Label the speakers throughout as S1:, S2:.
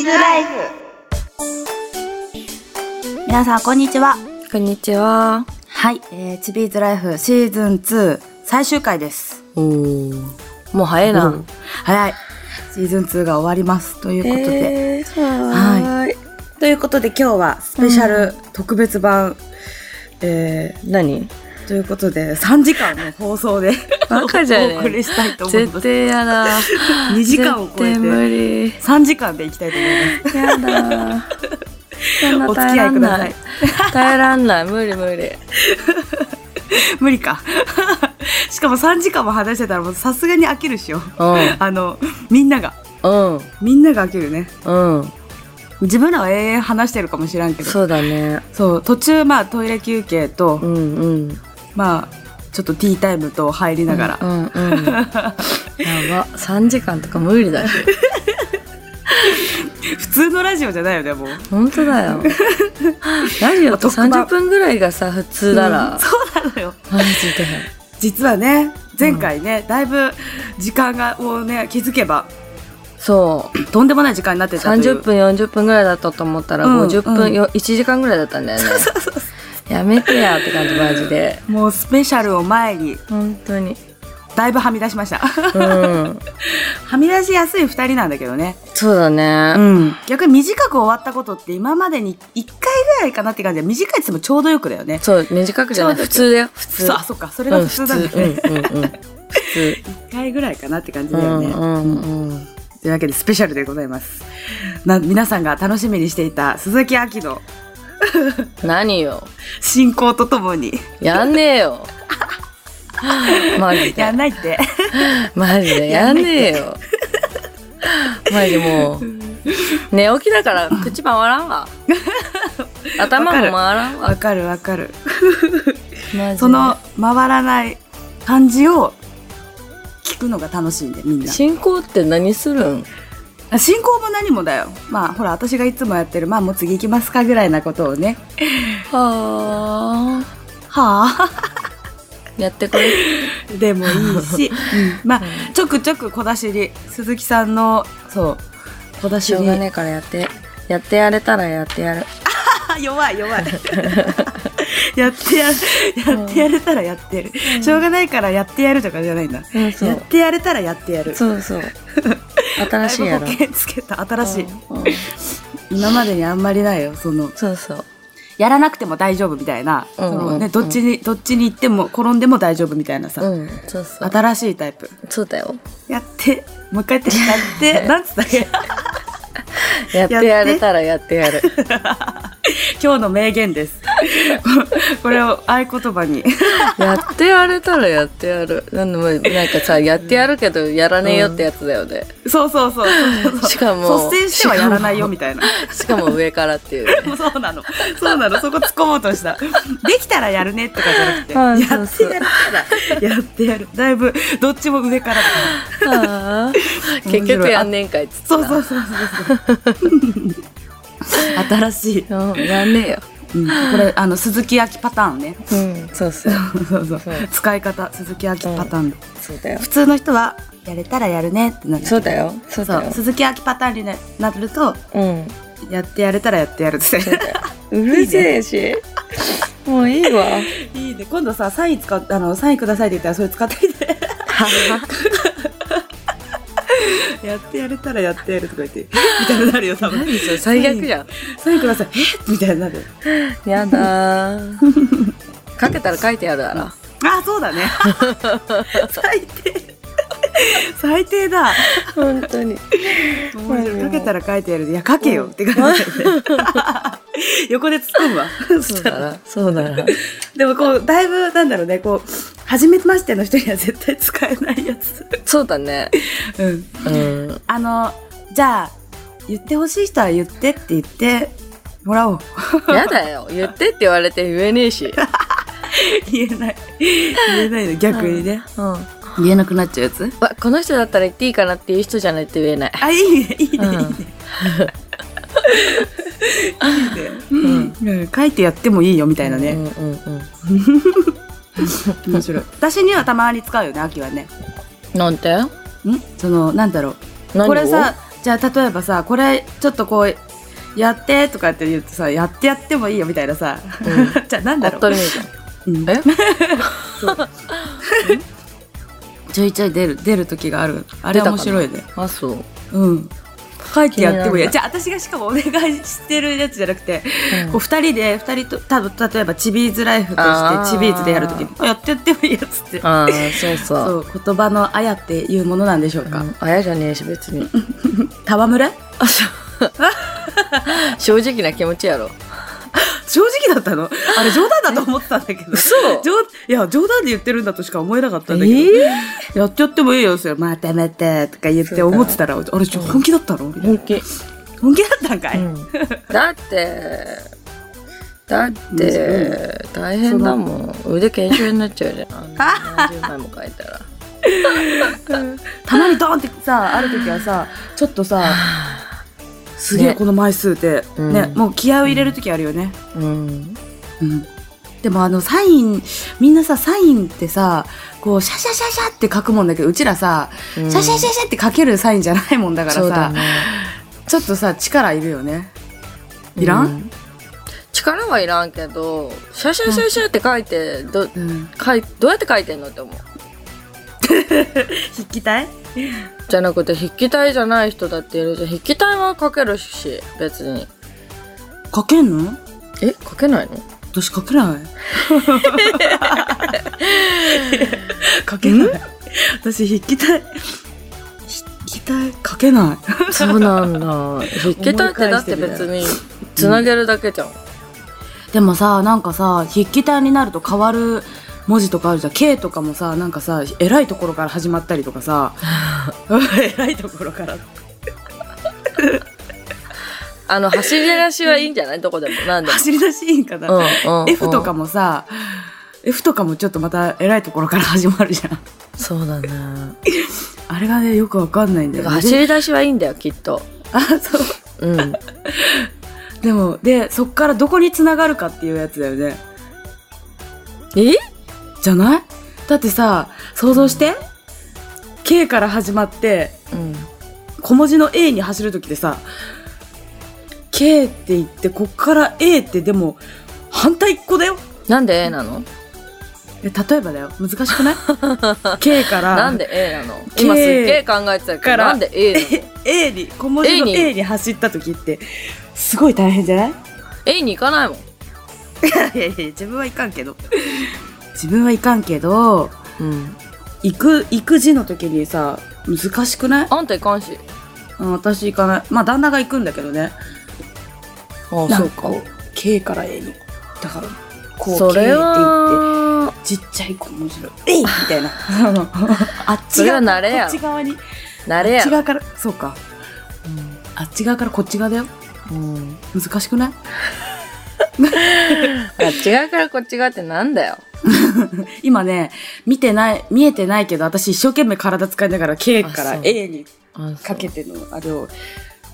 S1: ズライフ皆さんこんにちは
S2: こんにちは。
S1: はい、えー、チビーズライフシーズン2最終回です
S2: おお。もう早いな。
S1: うん早いシーズン2が終わりますということで、
S2: えー、はーい。
S1: ということで今日はスペシャル特別版、え
S2: 何
S1: ー、ということで3時間の放送で
S2: バカじゃね
S1: お送りしたいと思いま
S2: 絶
S1: す
S2: 対やだ。
S1: 2時間を超え
S2: 絶対
S1: て
S2: 無理。
S1: 3時間でいきたいと思います
S2: やだ。そん
S1: お
S2: な
S1: 付
S2: 耐え
S1: き合
S2: ら
S1: いく
S2: ん
S1: だ
S2: な
S1: さい
S2: い。耐えらんない。無理無理。
S1: 無理か しかも3時間も話してたらもうさすがに飽きるっしょあのみんなが
S2: うん。
S1: みんなが飽きるね
S2: うん。うん。
S1: 自分らは永遠話してるかもしらんけどそう
S2: そうだね。
S1: 途中まあトイレ休憩と、
S2: うんうん。
S1: まあちょっとティータイムと入りながら、
S2: うんうん。 やば。三時間とか無理だよ。
S1: 普通のラジオじゃないよねもう
S2: 本当 だよ。ラジオと
S1: 特番
S2: 三十分ぐらいがさ普通な
S1: うん
S2: ら。
S1: そうなのよ
S2: マジで。
S1: 実はね前回ね、だいぶ時間がをね気づけば
S2: そう。
S1: とんでもない時間になってたという
S2: 30分40分ぐらいだったと思ったら
S1: うん
S2: 50分、
S1: うん
S2: よ1時間ぐらいだったんだよねやめてやって感じマジで
S1: もうスペシャルを前に
S2: 本当に
S1: だいぶはみ出しました
S2: うん
S1: はみ出しやすい2人なんだけどね
S2: そうだ
S1: う
S2: ね
S1: ん、逆に短く終わったことって今までに1回ぐらいかなって感じで短いって言ってもちょうどよくだよね。
S2: そう短くじゃない
S1: ちょうど
S2: 普通だよ普通
S1: そうあそっかそれが普通なんだね、
S2: うん普通うんうんうん普通
S1: 1回ぐらいかなって感じ
S2: う
S1: だよね。
S2: んうんうん
S1: というわけでスペシャルでございますな。皆さんが楽しみにしていた鈴木亜希の
S2: 何よ
S1: 進行とともに
S2: やんねえよマジ
S1: や
S2: で
S1: んないって
S2: マジでやんねえ よマジもう寝起きだから口回らん わ頭も回らん
S1: わ
S2: わ
S1: かるわかる
S2: マジで
S1: その回らない感じを聞くのが楽しいんでみんな
S2: 進行って何するん
S1: 進行も何もだよまあほら私がいつもやってるまあもう次行きますかぐらいなことをね
S2: はあ
S1: はあ
S2: やってこ れ
S1: でもいいし、まあちょくちょく小出しに鈴木さんのそう小出
S2: し
S1: し
S2: ょう
S1: に
S2: がねえからやってやってやれたらやってやる
S1: あ弱い弱い やってややってやれたらやってやる、しょうがないからやってやるとかじゃないんだ、
S2: うんそ
S1: やっ
S2: う
S1: てやれたらやってやる
S2: そう そう新しいや
S1: だ
S2: ろ
S1: いぶ保険つけた新しい、
S2: うんうん
S1: 今までにあんまりないよその
S2: そうそう
S1: やらなくても大丈夫みたいな、
S2: うんうん
S1: そのね、どっちに、どっちに行っても転んでも大丈夫みたいなさ、
S2: うんそうそう
S1: 新しいタイプ
S2: そうだよ
S1: やってもう一回やって やってなんつったっけ
S2: やってやれたらやってやる
S1: 今日の名言です。これを合言葉に。
S2: やってやれたらやってやるなんでもなんかさやってやるけどやらねえよってやつだよね、
S1: そうそうそうそうそう。
S2: しかも
S1: 率先してはやらないよみたいな。
S2: しかも上からっていうね
S1: もうそうなの。そうなの。そこ突っ込もうとした。できたらやるねとか じゃなくて、
S2: う
S1: や
S2: ん
S1: っ
S2: そ
S1: て
S2: うそう
S1: やるから、やってやる。だいぶ、どっちも上からだから。
S2: はあ結局やんねえんかいっつって
S1: そう
S2: な
S1: そうそうそう そう。新しい、
S2: うんやんねえよ
S1: うん、これあの鈴木焼きパターンね
S2: うんそうそう
S1: そうそう
S2: そう
S1: 使い方鈴木焼きパターン、
S2: そうだよ
S1: 普通の人はやれたらやるねってなる
S2: そうだよそう
S1: そ
S2: だ
S1: う
S2: よ
S1: 鈴木焼きパターンにななると
S2: うん
S1: やってやれたらやってやるって
S2: そうだようるせえしもういいわ
S1: いいね今度さサイン使っあのサインくださいって言ったらそれ使ってみてやってやれたらやってやるとか言ってみたいになるよ多分
S2: 何それ最悪じゃん
S1: サインくださいえみたいになる
S2: やだーかけたら書いてやるだろ
S1: あそう だね最低最低だ
S2: 本当に
S1: 面白いかけたら書いてやるいや書けよって感じだよね横で突っ込むわ
S2: そうだなそうだな
S1: でもこうだいぶなんだろうねこう初めましての人には絶対使えないやつ
S2: そうだね
S1: うん
S2: うん
S1: あの、じゃあ、言ってほしい人は言ってって言ってもらおう。
S2: やだよ言ってって言われて言えねえし
S1: 言えない。言えないの、逆にね。
S2: うん
S1: 言えなくなっちゃうやつ
S2: わこの人だったら言っていいかなっていう人じゃないと言えない
S1: あ、いいね、いいね、
S2: うん
S1: いいね。 うん、書いてやってもいいよみたいな
S2: う
S1: ね。
S2: んうんうん
S1: 面白い。私にはたまに使うよね、秋はね。
S2: なんて
S1: んその、なんだろう。
S2: 何を
S1: これさ、じゃあ例えばさこれちょっとこうやってとかって言うとさやってやってもいいよみたいなさ、
S2: う
S1: じゃあなんだろ
S2: 当
S1: う
S2: たり前じゃん。
S1: うん
S2: え
S1: ちょいちょい出る出る時があるあれ
S2: 出た
S1: 面
S2: かな
S1: 白いね
S2: あ、そう。うん
S1: うん書いてやってもいい
S2: 気になる
S1: や
S2: な
S1: じゃあ私がしかもお願いしてるやつじゃなくて、こう2人で2人と多分例えばチビーズライフと
S2: あ
S1: してチ
S2: ー
S1: ビーズでやるときにあやってやってもいいやつって
S2: ああ、そう そう。
S1: そう言葉のあやっていうものなんでしょうか、
S2: うんあやじゃねえし、別に。
S1: 戯れ
S2: あそう正直な気持ちやろ。
S1: 正直だった のあれ冗談だと思ってたんだけど
S2: 嘘
S1: 冗いや冗談で言ってるんだとしか思えなかったんだけど、
S2: え
S1: やっちゃってもいいよそれまたまたとか言って思ってたらあれちょ本気だったのみたいな
S2: 本気。
S1: 本気だったんかい、
S2: だって、だって、大変だもん。腕研修になっちゃうじゃん。あんな何十枚も書いた ら。
S1: たまにドーンってさある時はさちょっとさすげえ
S2: ね
S1: この枚数で、
S2: うん
S1: ねもう気合を入れる時あるよね、
S2: うん。
S1: うんでもあのサインみんなさサインってさこうシャシャシャシャって書くもんだけどうちらさ、
S2: うん
S1: シャシャシャシャって書けるサインじゃないもんだから
S2: そうだ
S1: さ、
S2: ね。
S1: ちょっとさ力いるよねいらん、
S2: う力はいらんけど、シャシャシャシャって書いて、ど、
S1: うん、
S2: 書い、どうやって書いてんのって思う。
S1: 筆記体
S2: じゃなくて筆記体じゃない人だっているじゃん筆記体は書けるし別に
S1: 書けんの
S2: え書けないの
S1: 私書けない書けない私筆記体筆記体書けない
S2: そうなんだ 筆記体ってだって別につなげるだけじゃん、
S1: でもさなんかさ筆記体になると変わる文字とかあるじゃん K とかもさなんかさ偉いところから始まったりとか さ偉いところから
S2: あの走り出しはいいんじゃないどこでも何でも、
S1: 走り出しいいんか
S2: う
S1: な、
S2: んうんうん
S1: F とかもさ F とかもちょっとまた偉いところから始まるじゃん
S2: そうだね
S1: あれがねよくわかんないんだ
S2: だ
S1: よね
S2: から走り出しはいいんだよきっと
S1: あそう
S2: うん
S1: でもでそっからどこにつながるかっていうやつだよね
S2: え
S1: じゃないだってさ想像して、K から始まって
S2: うん
S1: 小文字の A に走る時ってさ K って言ってこっから A ってでも反対っこだよ
S2: なんで A なの
S1: え例えばだよ難し くない K から
S2: なんで A なの今すっげえ考えてたけ
S1: か
S2: ど
S1: ら
S2: なんで A なの
S1: A に小文字の
S2: A に
S1: A に走った時ってすごい大変じゃない
S2: A に行かないもん
S1: いやいや自分はいかんけど自分はいかんけど
S2: うん
S1: 行く行く字の時にさ難しくない
S2: あんた行かんし
S1: うん私行かないまあ旦那が行くんだけどね
S2: あ
S1: な
S2: そ
S1: ん
S2: う
S1: か
S2: か
S1: こう K から A にだからこう
S2: そ
S1: K って
S2: れ
S1: 言って
S2: は
S1: ちっちゃい子面白い 「えい!」みた いなそのあっち
S2: それは
S1: 側
S2: 慣れ
S1: こ
S2: や
S1: っち側に
S2: 慣れ
S1: あっ
S2: や
S1: ち側からそうかあっち側からこっち側だよ
S2: うんうん
S1: 難しくない
S2: あっち側からこっち側ってなんだよ
S1: 今ね見てない見えてないけど私一生懸命体使いながら K か
S2: あ
S1: ら
S2: そう
S1: A に
S2: あ
S1: かけてのあれを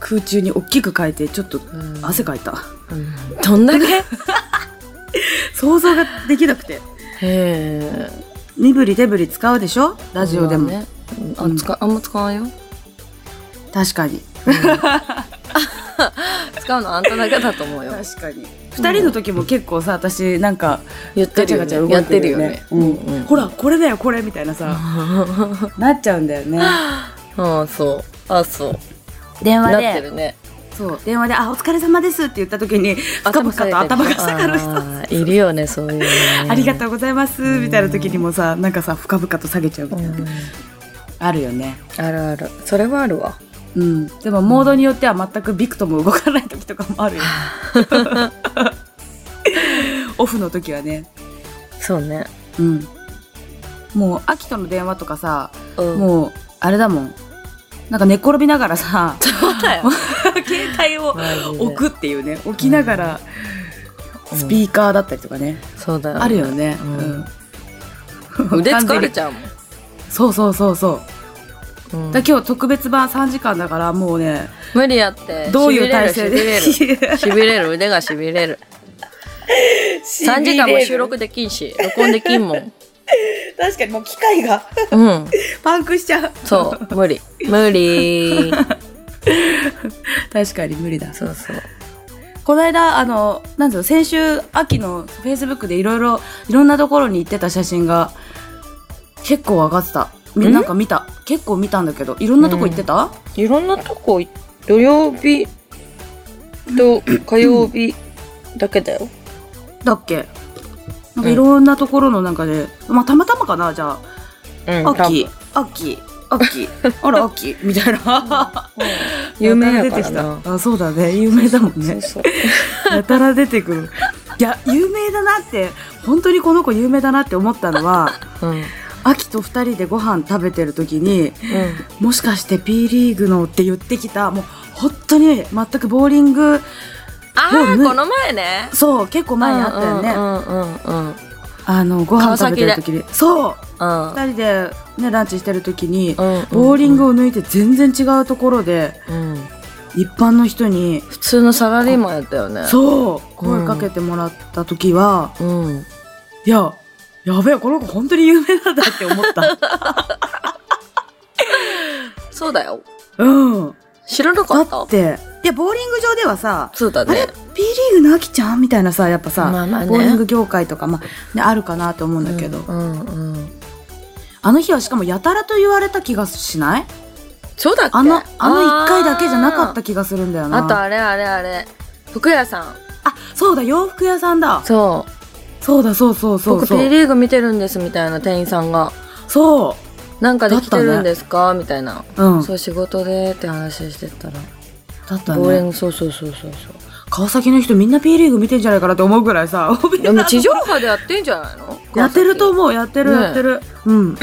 S1: 空中に大きく変えてちょっと
S2: うん
S1: 汗かいた
S2: うんどんだけへ
S1: 想像ができなくて
S2: え
S1: 身振り手振り使うでしょラジオでも、
S2: ね、あ使あんま使わんよ、
S1: 確かに
S2: 使うのあんただけだと思うよ
S1: 確かに2人の時も結構さ私なんか
S2: 言って
S1: ガチ
S2: る
S1: ャガチャ
S2: よね
S1: 動
S2: や
S1: い
S2: っ
S1: て
S2: てる
S1: る
S2: よ
S1: よ
S2: ね
S1: ね、
S2: うんうん
S1: ほらこれだよこれみたいな さなっちゃうんだよね
S2: あそうあそう
S1: 電
S2: な
S1: 話
S2: って
S1: で
S2: るね
S1: そう電話で「あお疲れ様です」って言った時にふかふかと頭が下がる人あ
S2: あーいるよねそう いうのね
S1: りがとうございますみたいな時にもさなんかさふかふかと下げちゃうみたいな、
S2: ん
S1: あるよね
S2: あるあるそれはあるわ
S1: うんでもモードによっては全くビクとも動かない時とかもあるよオフの時はね
S2: そうね、
S1: うんもう秋との電話とかさ
S2: うん、
S1: もうあれだもんなんか寝転びながらさ
S2: そうだよ
S1: 携帯を
S2: マジで
S1: 置くっていうね置きながら
S2: うん
S1: スピーカーだったりとかね、
S2: そうだよ
S1: あるよね、
S2: う
S1: うんん
S2: 腕
S1: 完全
S2: 疲
S1: に
S2: れちゃうもん
S1: そうそうそうそう、
S2: うん
S1: だ今日特別版3時間だからもうね
S2: 無理やって
S1: どういう体勢で
S2: しび れるしびれる腕がしびれる3時間も収録できんし録音できんもん
S1: 確かにもう機械が
S2: うん
S1: パンクしちゃう
S2: そう無理無理
S1: 確かに無理だ
S2: そうそう。
S1: この間あのなんていうの先週秋のフェイスブックでいろいろいろんなところに行ってた写真が結構上がってたみ
S2: ん
S1: なんか見た結構見たんだけどいろんなとこ行ってた、
S2: いろんなとこい、土曜日と火曜日だけだよ。
S1: だっけなんかいろんなところのなんかで、まあたまたまかなじゃ
S2: うん
S1: あ、秋秋秋あ ら秋みたいな
S2: 有名やから
S1: やたら出
S2: な
S1: て。きたあそうだね有名だもん
S2: そ
S1: ね
S2: うそう。
S1: やたら出てくるいや有名だなって本当にこの子有名だなって思ったのは
S2: うん。うん。
S1: 秋と2人でご飯食べてる時にもしかして P リーグのって言ってきたもう本当に全くボーリング
S2: あ
S1: もう
S2: あ、
S1: ね
S2: この前ね。
S1: そう結構前にあったよね、
S2: うんうんうんうん。
S1: あのご飯食べてる時にそう
S2: うん
S1: 2人で、ね、ランチしてる時に
S2: うんうん。
S1: ボーリングを抜いて全然違うところで
S2: うん。
S1: 一般の人に
S2: 普通のサラリーマンやったよね。
S1: そう声かけてもらった時は、
S2: う。うん。
S1: いややべえこの子本当に有名なんだって思った
S2: そうだよ。
S1: うん
S2: 知らなか
S1: だ
S2: った
S1: っていやボーリング場ではさ
S2: そうだ
S1: あれ
S2: ね。
S1: P リーグのあきちゃんみたいなさやっぱさ、
S2: まあまあね
S1: ボーリング業界とか、まあね、あるかなと思うんだけど、
S2: うんうんうん。
S1: あの日はしかもやたらと言われた気がしない
S2: そうだっけ
S1: あのあの1回だけじゃなかっ
S2: あ
S1: た気がするんだよ
S2: ー
S1: な
S2: あとあれあれあれ。服屋さん。
S1: あそうだ洋服屋さんだ
S2: そう。
S1: そうだそうそうそう
S2: 僕
S1: そ
S2: P
S1: う
S2: リーグ見てるんですみたいな店員さんが
S1: そ
S2: 「なんかできてるんですかみたいな、
S1: ううん
S2: そう仕事でって話してたら、
S1: だった
S2: ボーリ
S1: ね
S2: ングそうそうそうそうそ
S1: 川崎の人みんな P リーグ見てんじゃないかなって思うぐらいさ
S2: うでも地上波でやってんじゃないの
S1: やってると
S2: 思
S1: 思うやってる
S2: ね
S1: やってる、うん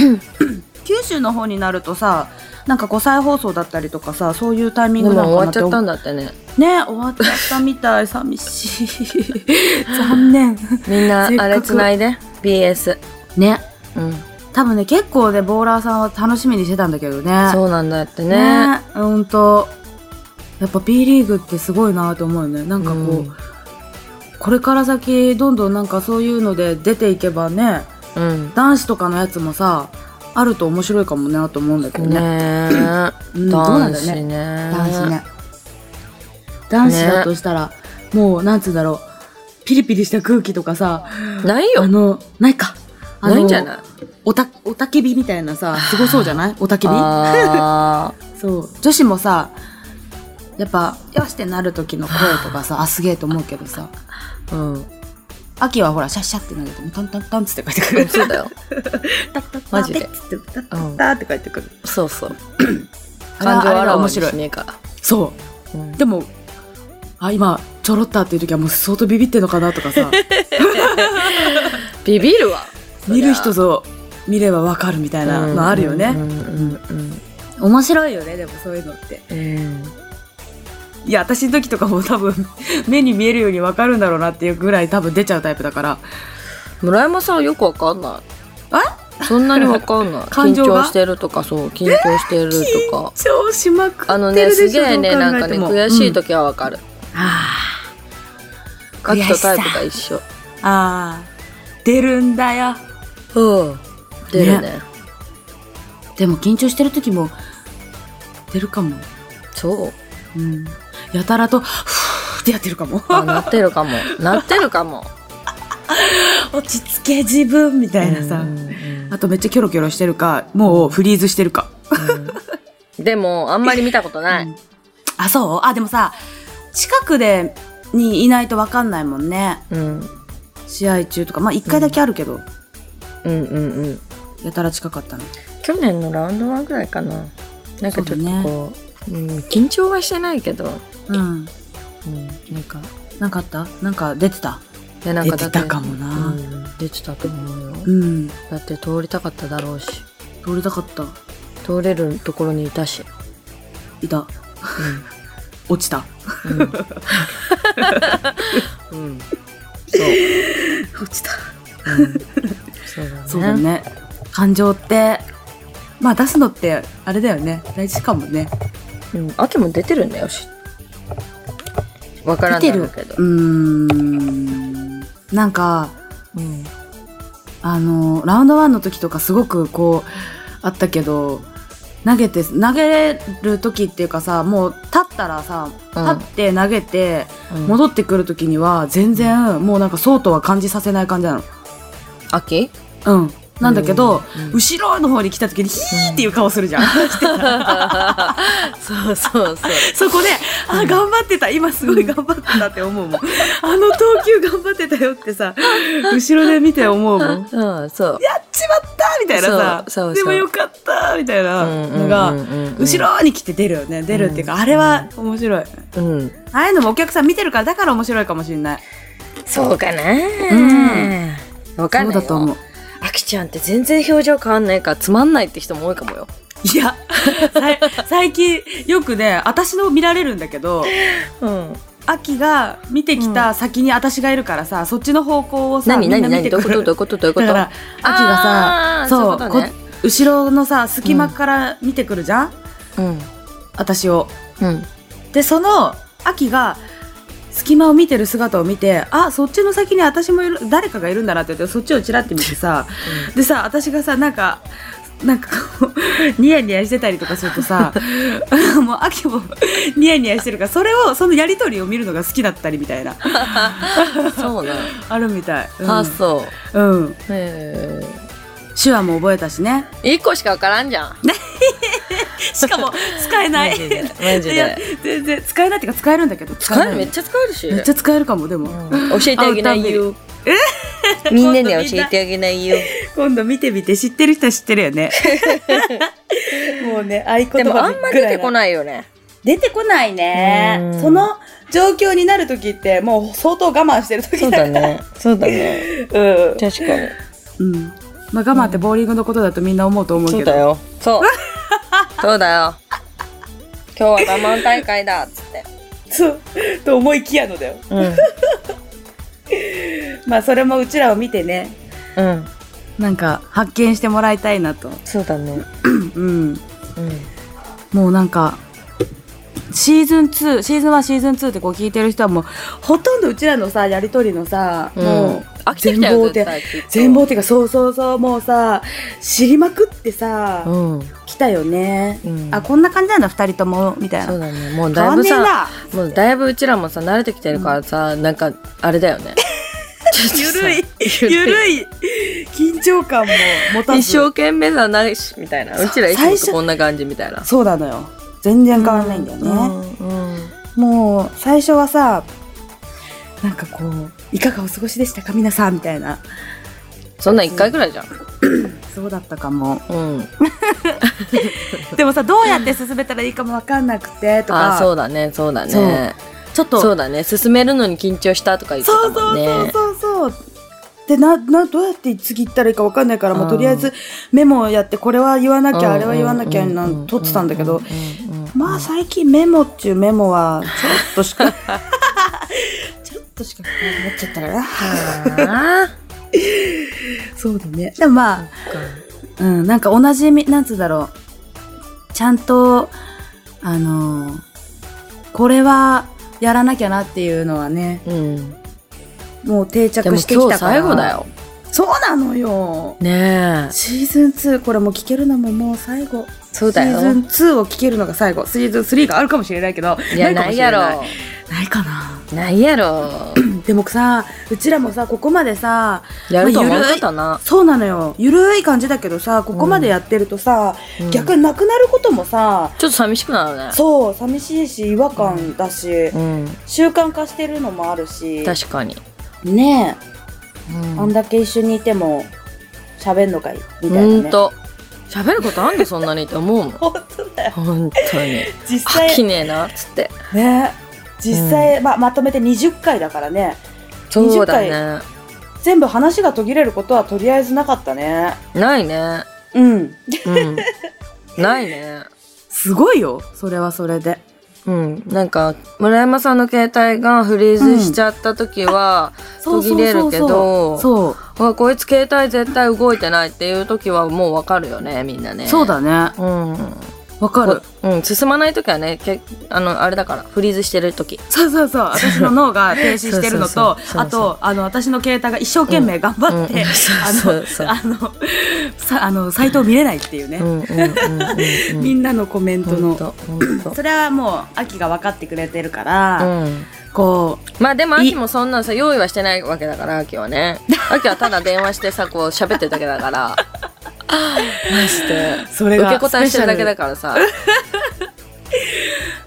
S1: 九州の方になるとさなんかこう再放送だったりとかさそういうタイミ
S2: で
S1: ング
S2: も
S1: なのか
S2: 終わ
S1: な
S2: っ
S1: っ
S2: ち
S1: て思う
S2: ゃったんだって ね
S1: ね終わっちゃったみたい寂しい 残念
S2: みんな
S1: せっか
S2: あ
S1: く
S2: れつないで BS
S1: ね
S2: うん
S1: 多分ね結構ねボーラーさんは楽しみにしてたんだけどね
S2: そうなんだってね
S1: ほんとやっぱ B リーグってすごいなと思うよねなんかこう、
S2: うん
S1: これから先どんどんなんかそういうので出ていけばね
S2: うん
S1: 男子とかのやつもさあると面白いかもなと思うんだけど
S2: ね
S1: ね
S2: え
S1: うん
S2: 男子
S1: どう
S2: ね
S1: 男子ね男子だとしたら、もうなんつうんだろうピリピリした空気とかさ
S2: ない
S1: あ
S2: よ
S1: のないかあの
S2: ないんじゃない
S1: おたおたけびみたいなさすごそうじゃないおたけび
S2: あ
S1: そう女子もさやっぱ「よし!」ってなる時の声とかさあすげえと思うけどさ
S2: ーうん
S1: 秋はほらシャッシャッって投げてもトントントンっつって帰ってく る
S2: そうだよ
S1: タッタッタ
S2: マジで
S1: ペッつってタッタ
S2: うん
S1: ッタって帰ってくる
S2: そ うそう
S1: あ
S2: 感情
S1: れ
S2: を
S1: あれ
S2: あら
S1: が
S2: わ
S1: 面
S2: にし
S1: 白い
S2: ねえから
S1: そ
S2: うん
S1: うでもあ今ちょろったっていう時はもう相当ビビってんのかなとか さ
S2: ビビるわ
S1: 見る人ぞ
S2: ぞ
S1: 見ればわかるみたいなのあるよね、
S2: うんうんうん
S1: 面白いよねでもそういうのって
S2: うん
S1: いや私の時とかも多分 目に見えるようにわかるんだろうなっていうぐらい多分出ちゃうタイプだから
S2: 村山さんよくわかんないそんなにわか んない緊
S1: 感情が
S2: 張してるとかそう緊張してるとか
S1: 超しまくってるでしょ
S2: あのねすげえね
S1: どう考
S2: なんか
S1: えて
S2: ね
S1: も
S2: 悔しい、時はわかる
S1: うんあ
S2: ガキとタ
S1: 悔し
S2: イプ
S1: さ
S2: が一緒
S1: ーあー出るんだよ
S2: うん出るね
S1: でも緊張してる時も出るかも、
S2: そう
S1: うん、やたらとふーってやってるかも
S2: あなってるか もなってるかも
S1: 落ち着け自分みたいなさ、
S2: うんうんうん
S1: あとめっちゃキョロキョロしてるかもうフリーズしてるか、
S2: うんでもあんまり見たことない
S1: うんあそうあでもさ近くでにいないと分かんないもんね
S2: うん
S1: 試合中とかまあ1回だけあるけど、
S2: うんうんうん
S1: やたら近かったの
S2: 去年のラウンドワンぐらいかななんかちょっとこううん緊張はしてないけど
S1: うん
S2: うんなんか
S1: なんかあったなんか出てた
S2: いやなんかだって
S1: 出てたかもな
S2: うん、出てたと思うよ
S1: うん
S2: だって通りたかっただろうし
S1: 通りたかった
S2: 通れるところにいたし、
S1: いた落ちた
S2: うんうんうんそう、
S1: 落ちた
S2: うん、そうだね
S1: そうだね感情ってまあ出すのってあれだよね大事かもね
S2: うん、秋も出てるんだよしわから
S1: 出
S2: んだ
S1: てるう
S2: ろうけど、
S1: ーんなんか
S2: うん、
S1: あのラウンドワンの時とかすごくこうあったけど投げて投げる時っていうかさもう立ったらさ
S2: うん
S1: 立って投げて、
S2: うん
S1: 戻ってくる時には全然もうなんかそうとは感じさせない感じなの。
S2: 秋
S1: うん、なんだけど、
S2: うん
S1: 後ろの方に来た時にヒーっていう顔するじゃん。
S2: そうそうそう。
S1: そこで、あ、頑張ってた、今すごい頑張ってたって思うもん。あの投球頑張ってたよってさ、後ろで見て思うもん。やっ
S2: うん、そう。
S1: ちまったみたいなさ、
S2: そうそうそ
S1: で
S2: う
S1: もよかったみたいなのが、
S2: うんうんうんうん
S1: 後ろに来て出るよね。出るっていうか、あれは面白い。あ
S2: うん。
S1: あいうのもお客さん見てるから、だから面白いかもしれない。
S2: そうかな
S1: うん。
S2: わか
S1: そ
S2: ん
S1: う
S2: ない
S1: だ
S2: よ。
S1: と思う。
S2: あきちゃんって全然表情変わんないからつまんないって人も多いかもよ。
S1: いや、さい最近よくね、私の見られるんだけど、
S2: うん。
S1: 秋が見てきた先に私がいるからさ、そっちの方向をさ、
S2: 何
S1: みんな見
S2: 何何
S1: て
S2: どう
S1: く
S2: いうこと
S1: る
S2: どういうことどういうこ
S1: だ
S2: と
S1: から秋がさ
S2: あー
S1: そう
S2: そういうことね
S1: こ後ろのさ隙間から見てくるじゃん、
S2: うん。
S1: 私を。
S2: うん。
S1: でその秋が隙間を見てる姿を見てあそっちの先に私もいる誰かがいるんだなって言ってそっちをちらって見てさ、でさ私がさなんか。なんかこう ニヤニヤしてたりとかするとさ もう秋もニヤニヤしてるからそれをそのやり取りを見るのが好きだったりみたいな
S2: そうな。
S1: あるみたい、うん、
S2: あ、そう。
S1: うん
S2: へ
S1: 手話も覚えたしね
S2: え。一個しかわからんじゃん。
S1: しかも 使えない
S2: マジでマジで
S1: いや全然使えないっていうか使えるんだけど
S2: 使える
S1: な
S2: め
S1: い
S2: っちゃ使えるし。
S1: めっちゃ使えるかもでも、
S2: うん教えてあげないよ。 みんなに教えてあげないよ。
S1: 今度見てみて知ってる人は知ってるよね もうね合 言葉
S2: でもあんまり出てこ
S1: い
S2: ないよね。
S1: 出てこない
S2: うん
S1: 状況になる時ってもう相当我慢してる
S2: そう
S1: 時
S2: だね。そうだね。
S1: うん、
S2: 確かに。
S1: うんまあ、我慢ってボーリングのことだとみんな思うと思う
S2: そ
S1: け
S2: う
S1: ど
S2: だよ。そう。 そうだよ。今日は我慢大会だっつって。
S1: そうと思いきやのだよ
S2: う
S1: まあそれもうちらを見てね
S2: ん。うん。
S1: なんか発見してもらいたいなと
S2: そうだね。
S1: うん
S2: う
S1: もうなんかシーズン2シーズン1シーズン2ってこう聞いてる人はもうほとんどうちらのさやり取りのさ、
S2: ん。
S1: もう
S2: 飽きてきたよ。
S1: 全貌
S2: 絶
S1: で
S2: 対きっと
S1: 全貌っていうかそうそうそうもうさ知りまくってさ、
S2: うん。
S1: 来たよね、
S2: うん
S1: あこんな感じなんだ2人ともみたい
S2: そう
S1: な
S2: だね。もう
S1: 変
S2: だい
S1: わん
S2: ぶ
S1: ねえ
S2: さ、
S1: な
S2: もうだいぶうちらもさ、慣れてきてるからさ、なんか、あれだよ ね。
S1: ゆるい
S2: ゆ
S1: ゆ
S2: るい。
S1: るい緊張感も持たず
S2: 一生懸命さないし、みたいな。
S1: そう
S2: うちらい
S1: 最
S2: つ
S1: 初
S2: もこんな感じみたいな。
S1: そうなのよ全然変わんないんだよね、
S2: うん。うん
S1: もう最初はさなんかこう「いかがお過ごしでしたか皆さん」みたいな
S2: そんなん一回ぐらいじゃん。
S1: そうだったか も
S2: うん。
S1: でもさどうやって進めたらいいかも分かんなくてとか
S2: あ、そうだね、そうだ
S1: そう
S2: ね。
S1: ちょっと
S2: そうだね進めるのに緊張したとか言って
S1: そう
S2: たも
S1: そ
S2: ん
S1: う
S2: ね
S1: そうそうそうでななどうやって次行ったらいいか分かんないからもう
S2: うん
S1: とりあえずメモをやってこれは言わなきゃ、
S2: うん
S1: あれは言わなきゃな
S2: うん
S1: ん取ってたんだけど、
S2: うんうん
S1: まあ最近メモっちゅうメモはちょっとしか ちょっとしかなっちゃったからな
S2: はあ
S1: そうだねでもまあ、うん、なんか同じみなんつうだろうちゃんとあのーこれはやらなきゃなっていうのはね
S2: うん
S1: もう定
S2: でも
S1: 着してき
S2: 今日
S1: たから
S2: 最後だよ
S1: そうなのよ
S2: ねえ
S1: シーズン2これもう聞けるのももう最後
S2: そうだよ
S1: シーズン2を聞けるのが最後シーズン3があるかもしれないけど
S2: いや
S1: か
S2: な
S1: も
S2: い
S1: しれ
S2: や
S1: ない
S2: ろ
S1: ないかな
S2: ないやろ
S1: でもさうちらもさここまでさ
S2: やると思
S1: ま
S2: わ
S1: あ
S2: な
S1: ゆる
S2: かっ
S1: い
S2: たな
S1: そうなのよゆるい感じだけどさここまでやってるとさ、
S2: うん
S1: 逆になくなることもさ、
S2: ちょっと寂しくなるね
S1: そう寂しいし違和感だし、
S2: うん
S1: 習慣化してるのもあるし
S2: 確かに
S1: ねえ、
S2: う
S1: あん
S2: ん
S1: だけ一緒にいても喋んのかいみたい
S2: ほ
S1: なね
S2: んと喋ることあんのそんなにって思うもん
S1: 本当だよ
S2: 本 当に
S1: 実
S2: 飽
S1: 際
S2: きねえなっつって
S1: ね実際、まあ、まとめて20回だからね
S2: そうだね
S1: 全部話が途切れることはとりあえずなかったね
S2: ないね
S1: うん
S2: うんないね
S1: すごいよそれはそれで
S2: うん、なんか村山さんの携帯がフリーズしちゃった時は、途切れるけど
S1: そう
S2: うわこいつ携帯絶対動いてないっていう時はもうわかるよねみんなね
S1: そうだね
S2: うん
S1: わかる。
S2: うん、進まない時はねけあのあれだからフリーズしてる時
S1: そうそうそう。私の脳が停止してるの
S2: そう
S1: と
S2: そう、そう
S1: あと、あの、私の携帯が一生懸命頑張っ
S2: うんう
S1: て
S2: んそうそうそ、う
S1: あの、あの、さ、あの、サイトを見れないっていうね
S2: う。んうんうん うん
S1: み
S2: うん
S1: んなのコメント
S2: ほん
S1: の。
S2: とほんと
S1: それはもう、秋が分かってくれてるか
S2: う
S1: ら、
S2: ん
S1: こう、
S2: まあでも秋もそんなさ用意はしてないわけだから秋 はね秋はただ電話してさこう喋ってるだけだからマジで
S1: それ
S2: 受
S1: が
S2: け答えしてるだけだ
S1: スペシ
S2: からさ
S1: ャル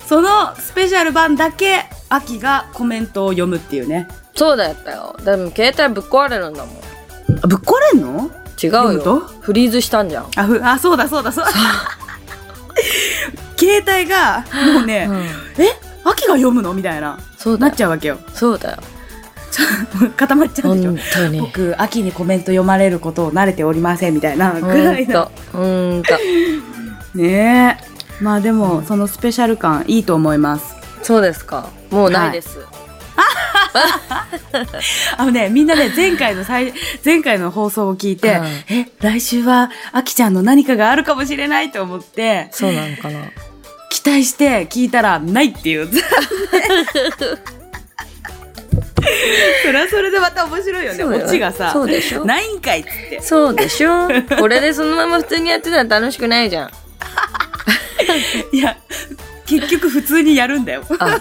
S1: そのスペシャル版だけ秋がコメントを読むっていうね
S2: そうだったよでも携帯ぶっ壊れるんだもん
S1: あぶっ壊れんの
S2: 違
S1: どう
S2: う
S1: いうこと
S2: よフリーズしたんじゃん
S1: あふあそうだそうだそうだ 携帯がもうね、
S2: うん
S1: え秋が読むのみたいな
S2: そうだ
S1: なっ
S2: よ
S1: ちゃうわけよ
S2: そうだよ
S1: ちょ 固まっちゃうんでしょ
S2: 本当に
S1: 僕秋にコメント読まれることを慣れておりませんみたいなぐらいの
S2: うんとうんと
S1: ねえまあでも、そのスペシャル感いいと思います
S2: そうですかもうないです、
S1: あのね、みんな ね、前回の最、前回の放送を聞いて、
S2: うん
S1: え、来週は、あきちゃんの何かがあるかもしれないと思って、
S2: そうなのかな
S1: 期待して聞いたら、ないって いう。それはそれでまた面白いよね、
S2: そうだよ
S1: オチがさ
S2: そうでしょ、
S1: ないんかいっつって。
S2: そうでし ょこれでそのまま普通にやってたら楽しくないじゃん
S1: いや、結局普通にやるんだよ。
S2: あ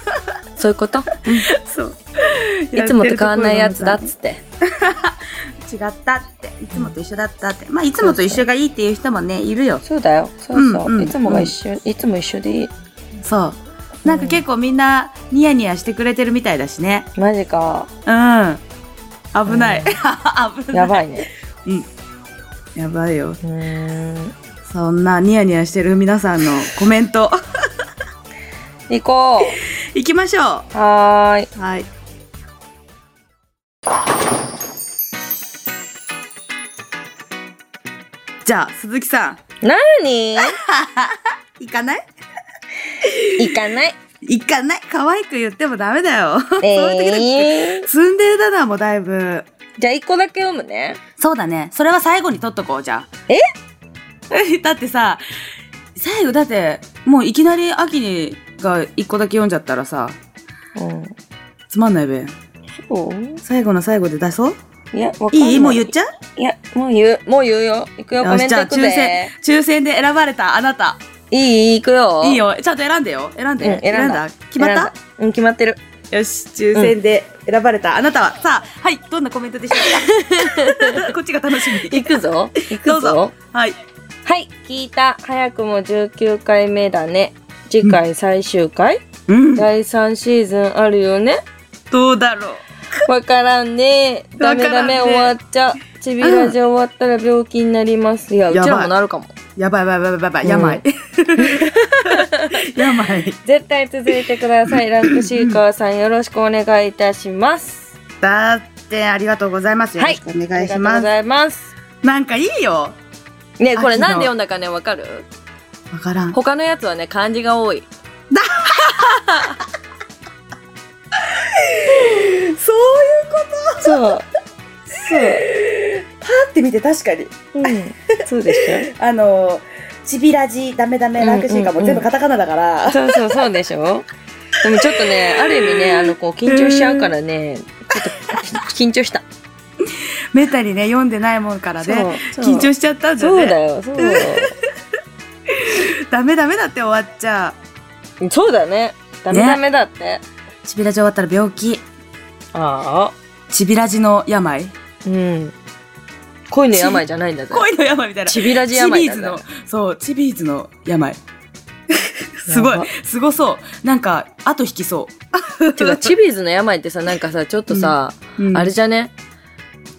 S2: そういうこと、うん
S1: そう。
S2: いつもと変わんないやつだっつって
S1: 違ったって。いつもと一緒だったって。まあ、いつもと一緒がいいっていう人もね、いるよ。
S2: そうだよそうそう、
S1: うんうん
S2: いつもが一緒、いつも一緒でいい
S1: そう。なんか結構みんなニヤニヤしてくれてるみたいだしね。
S2: マジか
S1: うん。危ない。
S2: う ん
S1: 危ない。
S2: やばいね
S1: うん。やばいよ。
S2: うーん
S1: そんなニヤニヤしてる皆さんのコメント、
S2: 行こ
S1: 行きましょ。
S2: うはーいう
S1: はい。じゃあ、鈴木さん、
S2: 何
S1: 行かない
S2: 行かない
S1: 行かない可愛く言ってもダメだよ。 そういう時だけ
S2: えー、
S1: ツンデレだな、もうだいぶ。
S2: じゃあ一個だけ読むね
S1: そうだね。それは最後に取っとこう、じゃあ。
S2: え
S1: え だってさ、最後、だって、もういきなり秋にが一個だけ読んじゃったらさ、
S2: うん
S1: つまんないべ。
S2: そう
S1: 最後の最後で出そう
S2: いやわかんない
S1: いいもう言っちゃう
S2: いや、もう言う、もう言うよ。行くよ、コ
S1: よ
S2: メ
S1: し
S2: ン
S1: じゃ
S2: ト
S1: あ、
S2: 行く
S1: 抽
S2: ぜ
S1: 選。、抽選で選ばれたあなた。
S2: いい、行くよ。
S1: いい。よ。ちゃんと選んでよ。選んで。
S2: うん選んだ
S1: 決まっ
S2: 選んだ
S1: た
S2: うん、決まってる。
S1: よし、抽選で選ばれたあなたは、さあ、はい、どんなコメントでしょう かこっちが楽しみ。
S2: 行くぞ。行くぞ。
S1: どうぞはい。
S2: はい、聞いた。早くも19回目だね。次回最終回、
S1: うん。
S2: 第3シーズンあるよね。
S1: どうだろう。
S2: わからんね。ダメダメ
S1: わか
S2: 終わ
S1: らん
S2: っちゃう。ちびラジ終わったら病気になります。いや、うち
S1: やばい
S2: らもなるかも。
S1: やばいやばいやばいやばい、
S2: うん
S1: 病。 病。
S2: 絶対続いてく ださい。ランクシーカーさんよろしくお願いいたします。
S1: だって、ありがとうございます。よろしくお
S2: あ
S1: 願
S2: り
S1: い
S2: が
S1: し
S2: とうご
S1: ます。
S2: ざいます。
S1: なんかいいよ。
S2: ねこれ
S1: 秋の
S2: なんで読んだかね、わかる
S1: わからん。
S2: 他のやつはね漢字が多い
S1: そういうこと
S2: そうそ
S1: パ
S2: う、
S1: ーって見て確かに。
S2: うん、そうでし
S1: あの、ちびラジ、ダメダメ、ランクシーカー
S2: うんうんうん
S1: も全部カタカナだから
S2: ょ。そうそうそうでしょでもちょっとねある意味ねあのこう緊張しちゃうからねちょっと緊張した
S1: めったにね、読んでないもんからね。
S2: そうそう
S1: 緊張しちゃったんだ
S2: そうだ
S1: ね。
S2: よそう
S1: ダメダメだって終わっちゃ
S2: そうだねダメダメだって、
S1: う。ちびラジ終わったら病気。
S2: ああ
S1: ちびラジの病。
S2: うん恋の病じゃないんだぜ
S1: 恋の病みたいな。
S2: ちびラジ
S1: チ
S2: 病
S1: ビー
S2: だ
S1: ズ
S2: ぜ
S1: の、そう、チビーズの病。 すご
S2: やば
S1: い、すごそう。なんか、後引きそ
S2: てかチビーズの病ってさなんかさちょっとさ、
S1: う。うん
S2: あれじゃね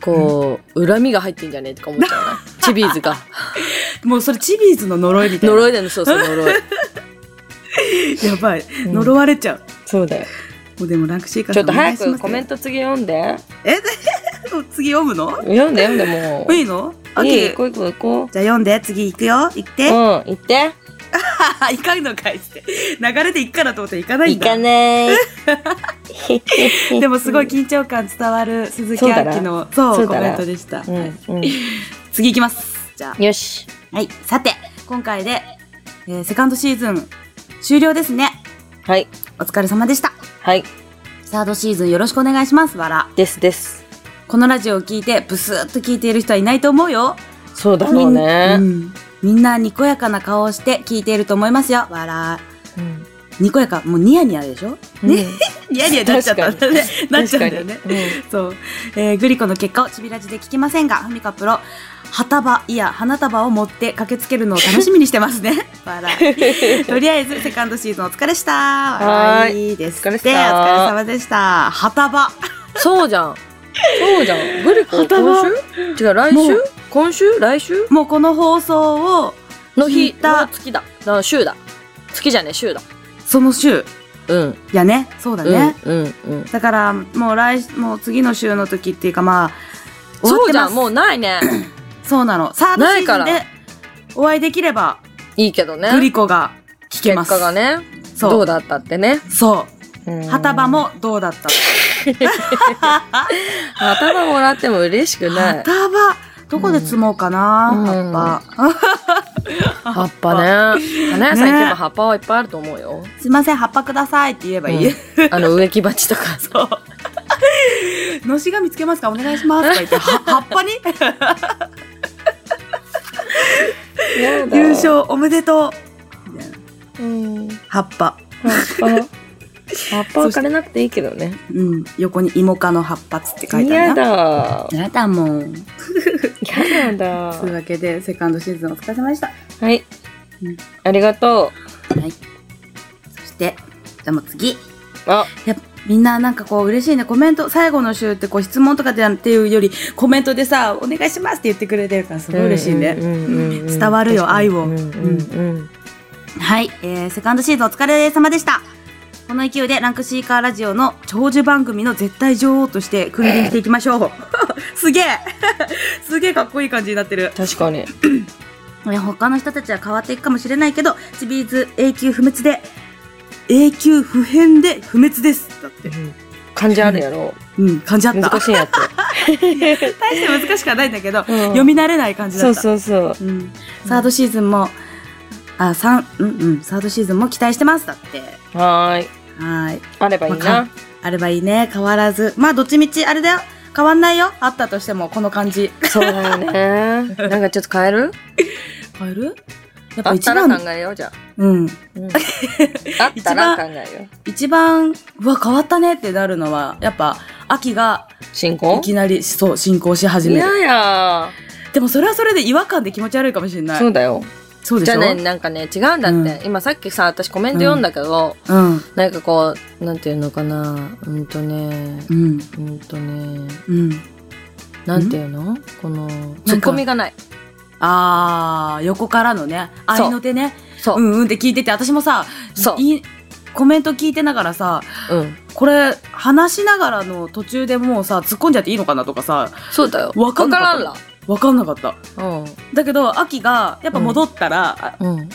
S2: こう、恨みが入ってんじゃねえとか思っちゃうなチビーズが
S1: もうそれチビーズの呪いみたいな。
S2: 呪いだよねそうそう呪い
S1: やばい。
S2: ん
S1: 呪われちゃう。
S2: そう だよ。
S1: もうでもランクシーカー
S2: ち
S1: さん
S2: ょっと早くコメン
S1: ト。
S2: ト次読んで。
S1: え 次読むの
S2: 読んで読んで もう。
S1: いいのオッ
S2: い
S1: ケ
S2: い、行こ
S1: ー。
S2: う行こう行こう。
S1: じゃあ読んで、次行くよ。行って。
S2: うん、
S1: は
S2: 行って。
S1: は行かんのかいって。流れで行くからと思って行かないん
S2: 行
S1: だ
S2: か。ない。
S1: でもすごい緊張感伝わる鈴
S2: そう
S1: 木
S2: だ
S1: 亜
S2: な
S1: 希のそう
S2: そう
S1: コ
S2: だな
S1: メントでした。
S2: うん、う
S1: 次行きます。じゃ
S2: ん。よし。
S1: あ、はい。さて、今回でえーセカンドシーズン終了ですね。
S2: はい。
S1: お疲れ様でした。
S2: はい。
S1: サードシーズンよろしくお願いします、わら。
S2: ですです。
S1: このラジオを聞いて、ブスーっと聞いている人はいないと思うよ。
S2: そうだろう
S1: みんう
S2: ね。
S1: んみんなにこやかな顔をして聞いていると思いますよ、わら。
S2: うん。
S1: にこやか、もうニヤニヤでしょね、ニヤニヤなっちゃったんだね。なっちゃうんだよね
S2: 確。かにうん
S1: そう、えーグリコの結果をちびラジで聞きませんが、ふみかプロ、旗束、いや、花束を持って駆けつけるのを楽しみにしてますね。 笑い。とりあえず、セカンドシーズンお疲れした。
S2: はーい
S1: 笑いですって。
S2: お疲れっ
S1: お
S2: した
S1: 疲れ様でした。旗束。
S2: そうじゃん。そうじゃん。グリ コ、
S1: 頭
S2: 今週違う、来
S1: も
S2: 週
S1: う
S2: 今週来週
S1: もうこの放送を、
S2: の
S1: 聞
S2: 日
S1: いた
S2: の月だ。の週だ。月じゃねえ、週だ。
S1: その週、
S2: うん。
S1: やね。そうだ
S2: う
S1: ね
S2: ん。。うん。うん。
S1: だから、もう来、もう次の週の時っていうか、まあ、終わ
S2: そ
S1: っ
S2: う
S1: て
S2: じゃ
S1: ま
S2: ん。
S1: す。
S2: もうない ね。
S1: そうなの。サードシ
S2: ないか
S1: ーズン
S2: ら
S1: でお会いできれば、
S2: いいけどね。
S1: グリコが聞けま
S2: 結
S1: す。
S2: 果がね、
S1: そう。
S2: どうだったってね。
S1: そう。
S2: うん
S1: 旗場。もどうだった
S2: 旗場もらっても嬉しくない。
S1: 旗場どこで積もうかな、
S2: うん
S1: 葉っぱ。
S2: 葉っぱね。花屋さん行けば葉っぱはいっぱいあると思うよ。
S1: すいません、葉っぱくださいって言えばいい。
S2: うんあの植木鉢とか。
S1: そう。 のしが見つけますかお願いしますとか 言って、は葉っぱに優勝おめでとうみたいな
S2: うん。
S1: 葉っぱ。
S2: 葉っぱ。葉っぱは枯れなくていいけどね。
S1: うん。横に芋科の葉っぱつって書いてある
S2: 嫌
S1: な。
S2: だ。
S1: やだもん。
S2: 嫌だ。
S1: というわけで、セカンドシーズンお疲れ様でした。は
S2: はい
S1: うん。
S2: ありがと
S1: い。そして、じゃあもう次。
S2: う。あ、
S1: いやみんななんかこう嬉しいねコメント最後の週ってこう質問とかでっていうよりコメントでさ「お願いします」って言ってくれてるからすごい嬉しいね、
S2: 伝
S1: 伝わるよ愛を
S2: うんうん
S1: はい、えーセカンドシーズンお疲れ様でしたこの勢いでランクシーカーラジオの長寿番組の絶対女王として君臨していきましょう すげえすげえかっこいい感じになってる
S2: 確かに。
S1: えー他の人たちは変わっていくかもしれないけどチビーズ永久不滅で永久不変で不滅ですだって
S2: 漢字あるやろ。
S1: うん感じあった
S2: 難しいやつ。
S1: 大して難しくはないんだけど、
S2: うん
S1: 読み慣れない感じだ
S2: そ
S1: っ
S2: う
S1: た
S2: そうそう。
S1: うん、サードシーズンも、あ、三、うんうん、サードシーズンも期待してます。だって。
S2: はーい。
S1: はーい。
S2: あればいい
S1: わ
S2: な。
S1: あればいいね。変わらず。まあ、どっちみち、あれだよ。変わんないよ。あったとしても、この感じ。
S2: そうだよね。なんかちょっと変える
S1: 変えるやっ
S2: あ
S1: ぱ
S2: っ
S1: 一
S2: たら
S1: 番、
S2: 考えようじゃあ。
S1: うん。
S2: うんあったら考えよう。
S1: 一番、うわ、変わったねってなるのは、やっぱ、秋が
S2: 進
S1: い
S2: 行
S1: きなり、そう、進行し始
S2: い
S1: め
S2: や
S1: る。
S2: や。
S1: でも、それはそれで違和感で気持ち悪いかもしれない。
S2: そ
S1: そう
S2: うだよ。
S1: で
S2: じ
S1: し
S2: ゃあ
S1: ょ
S2: ね、なんかね、違うんだって。今さっきさ、私コメント読んだけど、
S1: うん。
S2: なんかこう、なんていうのかな。うんとね、
S1: うん。
S2: うんとね、
S1: うん。
S2: なんていうのこの、ツッコミがない。
S1: あー、横からのね、
S2: そう
S1: 愛の手ね。
S2: そうう。
S1: んうんって聞いてて、私もさ、
S2: そう
S1: いいコメント聞いてながらさ、
S2: うん。
S1: これ、話しながらの途中でもうさ、突っ込んじゃっていいのかなとかさ、
S2: そうだよ。
S1: わかんなかった
S2: わ
S1: わかんなかった。
S2: からんら。
S1: だけど、秋が、やっぱ戻ったら、あ
S2: うん。うん。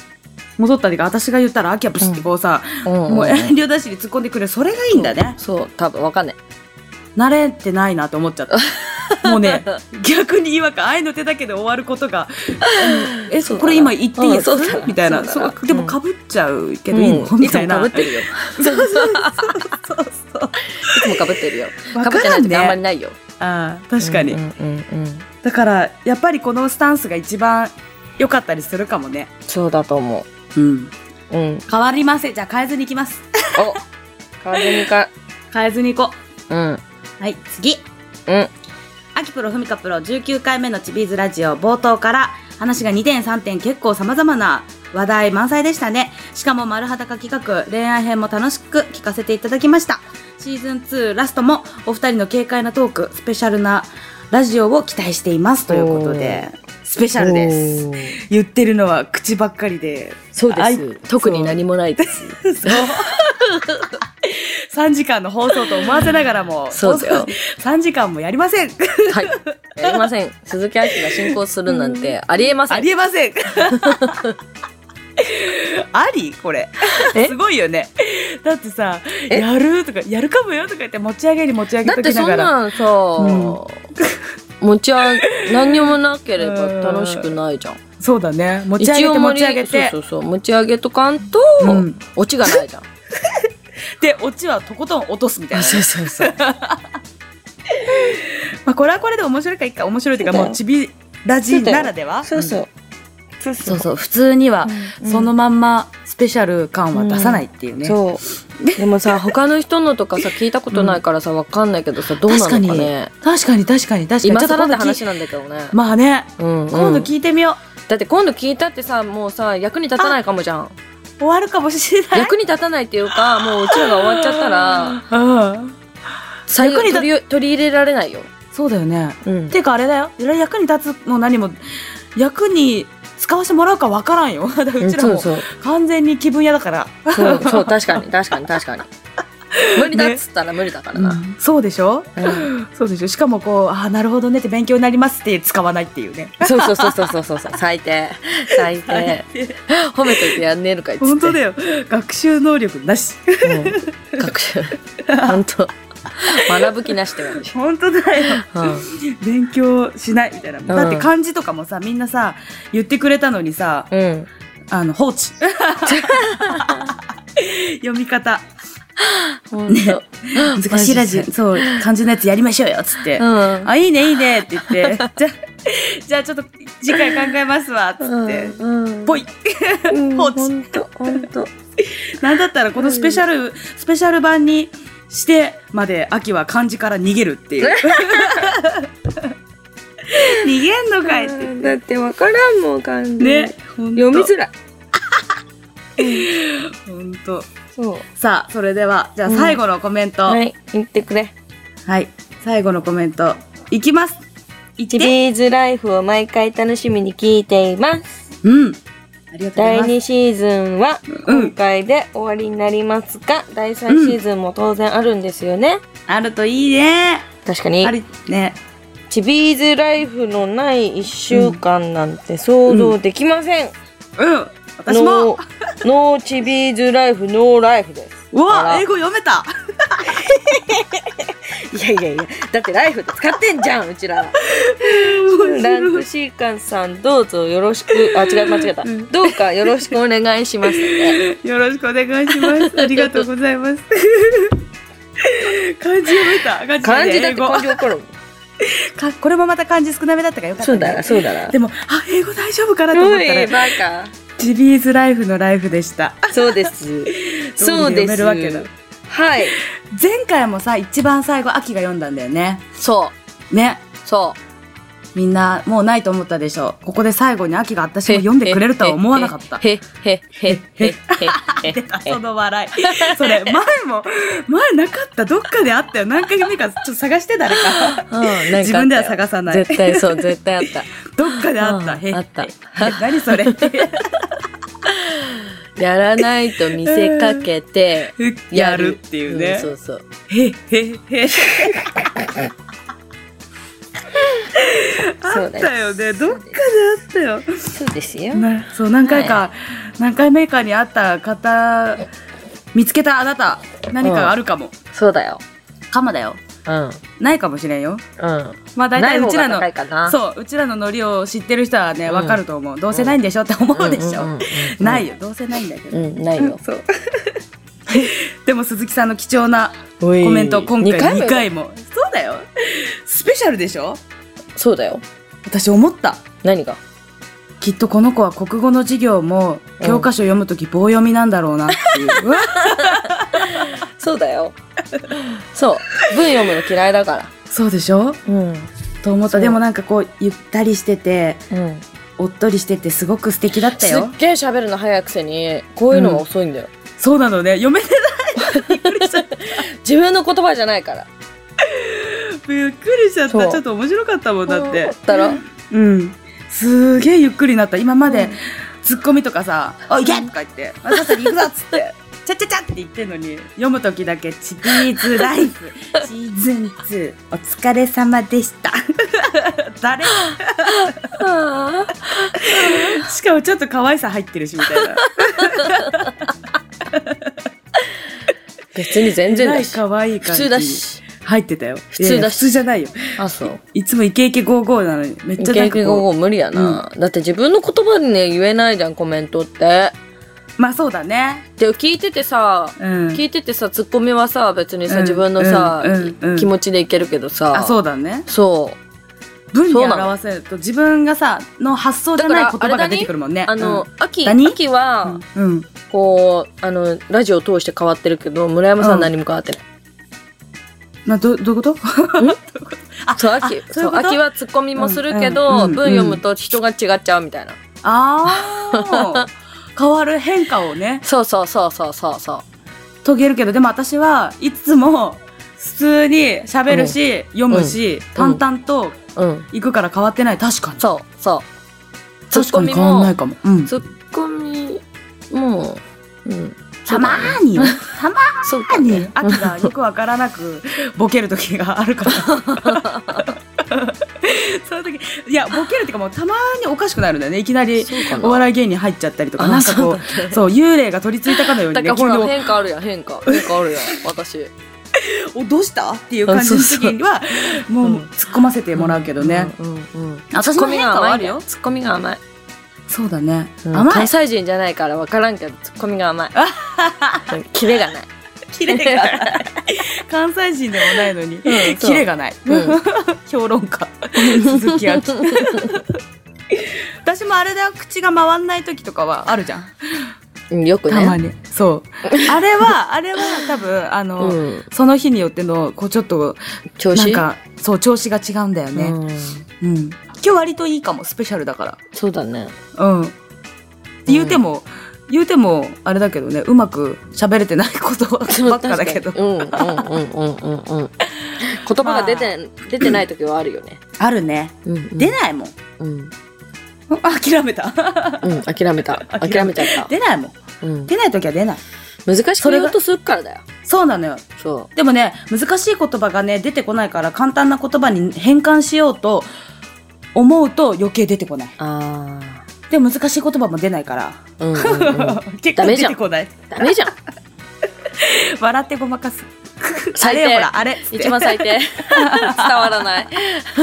S1: 戻ったっていうか、私が言ったら、秋はブシってこうさ、もう遠慮なしに突っ込んでくる。それがいいんだね。
S2: そう、多分わかんない。
S1: 慣れてないなって思っちゃ った。もうね、逆に違和感、愛の手だけで終わることが、え、
S2: そうだな
S1: これ今言っていいやつ
S2: うんそうだな
S1: みたいな。
S2: そうだな
S1: そうでも
S2: うん
S1: 被っちゃうけどいいの、みたいな。
S2: いつも被ってるよ。い
S1: そう そうそうそう。
S2: つも被ってるよ。
S1: わ
S2: 被って
S1: から
S2: ない
S1: ん
S2: 時あんまり
S1: ね。
S2: ないよ。
S1: ああ、確かに。
S2: うんうんうんうん。
S1: だから、やっぱりこのスタンスが一番良かったりするかもね。
S2: そうだと思
S1: うん。
S2: う。うん。
S1: 変わりません。じゃあ変えずに行きます。
S2: お、完全にか、
S1: 変えずに行こ
S2: うん。うん。
S1: う。はい、次。アキプロ、フミカプロ19回目のチビーズラジオ冒頭から話が2点3点結構様々な話題満載でしたね。しかも丸裸企画恋愛編も楽しく聞かせていただきました。シーズン2ラストもお二人の軽快なトーク、スペシャルなラジオを期待していますということで、スペシャルです。
S2: おー。
S1: 言ってるのは口ばっかりで。
S2: そう
S1: あ
S2: で
S1: い
S2: す。特に何もないです。
S1: 3時間の放送と思わせながらも、
S2: そうだよ
S1: 3時間もやりません。
S2: はい。やりません。鈴木愛が進行するなんてありえませ
S1: あ
S2: ん。
S1: りえま せん。ありこれ。
S2: え
S1: すごいよね。だってさ、
S2: え
S1: やるとか、やるかもよとか言って持ち上げに持ち上げ
S2: だっ
S1: と
S2: て
S1: き
S2: そ
S1: なんがら。
S2: なんさ、持ち上げ、何にもなければ楽しくないじゃん。
S1: そうだね持ち上げて持ち上げて
S2: そうそうそう持ち上げとかんと、
S1: うん
S2: オチがな いじゃん
S1: でオチはとことん落とすみたいなね、
S2: そうそうそう
S1: まあ、これはこれで面白いかいいか面白いっていうか
S2: そうだよ
S1: もうちびラジならでは
S2: そう
S1: うんそうそう普通には
S2: うん
S1: そのまんまスペシャル感は出さないっていうね、
S2: そうでもさ他の人のとかさ聞いたことないからさわかんないけどさどうなのかね
S1: 確かに確かに確かに
S2: 今更って
S1: ちょっと今度聞い
S2: 話なんだけどね、
S1: まあね
S2: うんうん
S1: 今度聞いてみよう、
S2: だって今度聞いたってさもうさ役に立たないかもじゃん
S1: 終わるかもしれない
S2: 役に立たないっていうかもううちらが終わっちゃったら
S1: うん
S2: 採用
S1: 役に立
S2: 取り取り入れられないよ、
S1: そうだよね
S2: うん
S1: ていうかあれだよ役に立つも何も役に使わせてもらうかわからんよ だからうちら
S2: そう
S1: も
S2: そう
S1: 完全に気分屋だから、
S2: そうそう確かに確かに確かに無理だっつったら無理だからな、
S1: そうでしょ
S2: うん
S1: そうでしょしかもこうああなるほどねって勉強になりますって使わないっていうね
S2: そうそうそうそうそうそうそう最低最低褒めといてやんねえのかいっつって
S1: 本当だよ学習能力な し
S2: うん学習本当学ぶ気なしでやるでしょ
S1: 本当だよ
S2: うん
S1: 勉強しないみたいな、だって漢字とかもさみんなさ言ってくれたのにさ
S2: うん
S1: あの放置 読み方
S2: 本当
S1: 難しいラジオそう漢字のやつやりましょうよっつって、
S2: うん
S1: あいいねいいねって言って じゃあじゃあちょっと次回考えますわっつって、
S2: うん
S1: ぽい
S2: うん
S1: 放置
S2: 本当本当
S1: なんだったらこのスペシャル、スペシャル版にしてまで秋は漢字から逃げるって いう。逃げんのかいって。
S2: だってわからんもん感じ
S1: ね。
S2: 読みづらい
S1: ほんと。
S2: そう
S1: さあ、それでは、じゃあ
S2: うん
S1: 最後のコメント。は、
S2: はいい言ってくれ
S1: 最後のコメント。いきます。いって。
S2: チビーズライフを毎回楽しみに聞いています
S1: うん。ありがとうござい
S2: 第
S1: ます。
S2: 2シーズンは
S1: うん
S2: 今回で終わりになりますが、第3シーズンも当然あるんですよね、
S1: あるといいね。
S2: 確かに
S1: あり、ね。
S2: チビーズライフのない1週間なんて想像できませ
S1: う
S2: ん、
S1: ん。私も。
S2: ノーノーチビーズライフノーライフです
S1: うわ
S2: あら
S1: 英語読めた。
S2: いやいやいやだってライフって使ってんじゃんうちら ランプシーカンさんどうぞよろしくあ違う間違えた、どうかよろしくお願いし ますね
S1: よろしくお願いします。ありがとうございます。 漢字読めた。漢字
S2: 漢字だっ
S1: 英
S2: て
S1: 語
S2: 漢字起こるもん
S1: かこれもまた漢字少なめだったからよかった、
S2: そ
S1: ね。
S2: うだな そうだな
S1: でも、あ、英語大丈夫かなと思
S2: お
S1: ったら、
S2: いバカ
S1: ジビーズライフのライフでした。
S2: そう です
S1: ど
S2: そうう
S1: にで読
S2: で
S1: め
S2: す
S1: るわけだ
S2: はい
S1: 前回もさ、一番最後、秋が読んだんだよね。
S2: そ
S1: ね。
S2: うそ
S1: みんな、もうないと思ったでしょう。ここで最後に秋が私
S2: う
S1: も読んでくれるとは思わなかった。
S2: へへへへへへへ
S1: 出た、その笑い。それ、前も、前なかった。どっかであったよ。何回目か、ちょっと探して 誰か。
S2: うんなんかあったよ
S1: 自分では探さない。
S2: 絶対そう絶対 あった
S1: どっかであった。
S2: うん
S1: へ
S2: あった
S1: へ何そ れ。
S2: やらないと見せかけて、
S1: やるっていうね。
S2: んそうそう。
S1: へ へへ。
S2: そう
S1: あっ
S2: だ
S1: た
S2: よ。
S1: よね。どっかであったよ。
S2: そうですよ。
S1: なそう、何回か、何回目かに会った方、見つけたあなた、何かあるかも。
S2: そうだよ。
S1: かもだよ。
S2: うん。うん。
S1: ないかもしれんよ。まあ大
S2: な
S1: 体
S2: い方
S1: うちら
S2: が
S1: の
S2: 高、いかな。
S1: そう、うちらのノリを知ってる人はね、
S2: うん
S1: わかると思う。どうせないんでしょって思うでし
S2: んん
S1: ょ
S2: ん。ん
S1: ない。よ。どうせないんだけ
S2: う
S1: ど。
S2: ん、ないよ。
S1: そう。 でも鈴木さんの貴重な
S2: コ
S1: コメント、今回
S2: も
S1: 2回も。そうだよ。スペシャルでしょ
S2: そうだよ。
S1: 私思った。
S2: 何が
S1: きっとこの子は国語の授業も
S2: うん
S1: 教科書読むとき棒読みなんだろ うなっていう。うわ
S2: そうだよ。そう。文読むの嫌いだから。
S1: そうでしょ
S2: うん。うん。
S1: と思っ
S2: そ
S1: た。
S2: う
S1: でもなんかこう、ゆったりしてて、おっとりしててすごく素敵だっ
S2: す
S1: た
S2: っ
S1: よ。
S2: げえ喋るの早いくせに、こういうのは遅いんだよ。
S1: そうなのね。読めて
S2: 自分の言葉じゃないから。
S1: びっくりしちゃっ
S2: そ
S1: た。
S2: う
S1: ちょっと面白かったもんだって。
S2: だろ
S1: うん。すげえゆっくりなった。今ま
S2: う
S1: で
S2: ん
S1: ツッコミとかさ、おいけとか言って、あさっさと行くぞっつっ て。ちゃちゃちゃって言ってんのに、読むときだけ、チビーズライ フ、シーズン2、お疲れ様でした。誰
S2: あ
S1: しかもちょっと可愛さ入ってるしみた いな。
S2: ー別に全然
S1: な
S2: だ
S1: い
S2: し。
S1: 可愛い
S2: 普
S1: 感じ。
S2: 通だ。し。
S1: 入ってたよ。
S2: 普通だし
S1: いやいや普通じゃないよ。
S2: あ、そう。
S1: いつもイケイケゴーゴーなのに、めっちゃ
S2: イ
S1: な
S2: ケ
S1: ん
S2: イ
S1: か
S2: ケ
S1: こう。
S2: 55無理やな、だって自分の言葉でね、言えないじゃん、コメントって。
S1: まあそうだね。
S2: で、聞いててさ、
S1: うん。
S2: 聞いててさ、ツッコミはさ、別にさ、
S1: うん
S2: 自分のさ、
S1: うんうんうん
S2: 気持ちでいけるけどさ。
S1: あ、そうだね。
S2: そう。
S1: 文に
S2: そうなの
S1: 表せると自分がさ、の発想じゃない
S2: だ
S1: 言
S2: から
S1: 葉
S2: あ
S1: が
S2: れだね
S1: 出てくるもんね。
S2: あの、秋、
S1: 何
S2: 秋は、
S1: うん、うん。
S2: こう、あの、ラジオを通して変わってるけど、村山さ
S1: うん
S2: ん何も変わってない。
S1: な、ど、 どういうことあ
S2: そう、秋、
S1: あそうい
S2: そうう、
S1: こと
S2: 秋はツッコミもする
S1: うん
S2: け
S1: うん
S2: ど、
S1: うん
S2: 文読むと人が違っちゃうみたいな。
S1: あ ー変わる変化をね、
S2: そうそうそうそうそうそ
S1: 遂げるけど、でも私はいつも普通に喋るし、読むし、
S2: うん
S1: 淡々と
S2: う。うん。
S1: 行くから変わってない。確かに。
S2: そうそう。ツ
S1: 確かに
S2: ッコミ
S1: 変わんない
S2: も、
S1: かも。うん。
S2: ツッコミも、うん。
S1: たま
S2: ー
S1: ーによ、たま
S2: そう
S1: ー
S2: だ
S1: に
S2: ね、
S1: 秋がよくわからなくボケる時がある から。そういう時、いや、ボケるっていうかもうたまーにおかしくなるんだよね。いきなり
S2: そうかな
S1: お笑い芸人入っちゃったりとか、
S2: あ
S1: なんかこ
S2: そうだ
S1: う、そう、幽霊が取り付いたかのように
S2: だ
S1: ね、
S2: からほ
S1: 急
S2: ら、
S1: に
S2: 変化あるやん、変化。変化 あるやん、私。
S1: お、どうしたっていう感じの時には、もう
S2: うん
S1: 突っ込ませてもらうけどね。
S2: うんうんうん。
S1: あ
S2: ツッコミが甘い
S1: よ
S2: よ。ツッコミが甘い。
S1: そうだね。
S2: うん
S1: 甘い
S2: 関。西人じゃないから分からんけどツッコミ が甘いうんキレがない、
S1: キレがない関西人でもないのに、
S2: んそう
S1: キレがない、
S2: うん
S1: 評論家鈴木亜希私もあれだよ口が回んない時とかはあるじゃん
S2: うん、よくね
S1: たまに そうあれはあれは多分あの、
S2: うん、
S1: その日によってのこうちょっと
S2: 調
S1: な
S2: 子
S1: んかそう調子が違うんだよね、
S2: うん
S1: うん今日割といいかもスペシャルだか
S2: そうだね
S1: らうん言うても、言うてもあれだけどねうまく喋れてないことばっかだけど
S2: 確かにうんうんうん うんうん言葉が出て、出てない時はあるよね、
S1: あるね
S2: うんうん
S1: 出ないもん
S2: うん、
S1: 諦めた
S2: うん、 諦めた諦めちゃっ
S1: 出ないもん
S2: た、うん、
S1: 出ない時は出ない
S2: 難しく言おうとするからだよ
S1: そうなのよ
S2: そ
S1: でもね難しい言葉がね出てこないから簡単な言葉に変換しようと思うと余計出てこないう
S2: あ
S1: でも難しい言葉も出ないから、
S2: あ、うんうんうん、
S1: 結構
S2: ダ
S1: 出
S2: メじゃん
S1: てこない
S2: ダメじゃん
S1: 笑ってごまかすあ
S2: 最低
S1: れよほらあれ
S2: 一番 最低伝わらない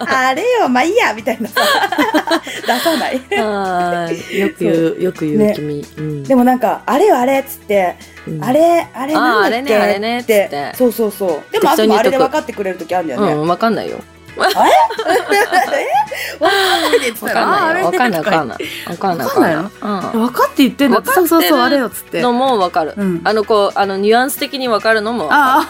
S1: あれよまあいいやみたい な出さない
S2: あーよく言うよく言う、
S1: ね
S2: 君、うん、
S1: でもなんかあれよあれっつって、
S2: うん
S1: あれあれなんだっけ
S2: あーあれねあれねっつって
S1: ってそうそうそうでもあ
S2: 適当
S1: と
S2: に
S1: もあれ
S2: 言っとく
S1: で分かってくれる時あるんだよね、
S2: うん、わかんないよ。
S1: わかんないで
S2: わかんないよ。わかんない、わかん
S1: い。
S2: ない。わかんない。
S1: わかんないの
S2: わかんない
S1: 分かって言ってんだって。
S2: わかって
S1: そ
S2: る
S1: うそうそう、あれよっつっ
S2: う
S1: て。
S2: ん
S1: あ
S2: のもわかる
S1: う。ん
S2: あの、こう、あの、ニュアンス的にわかるのも。
S1: あ、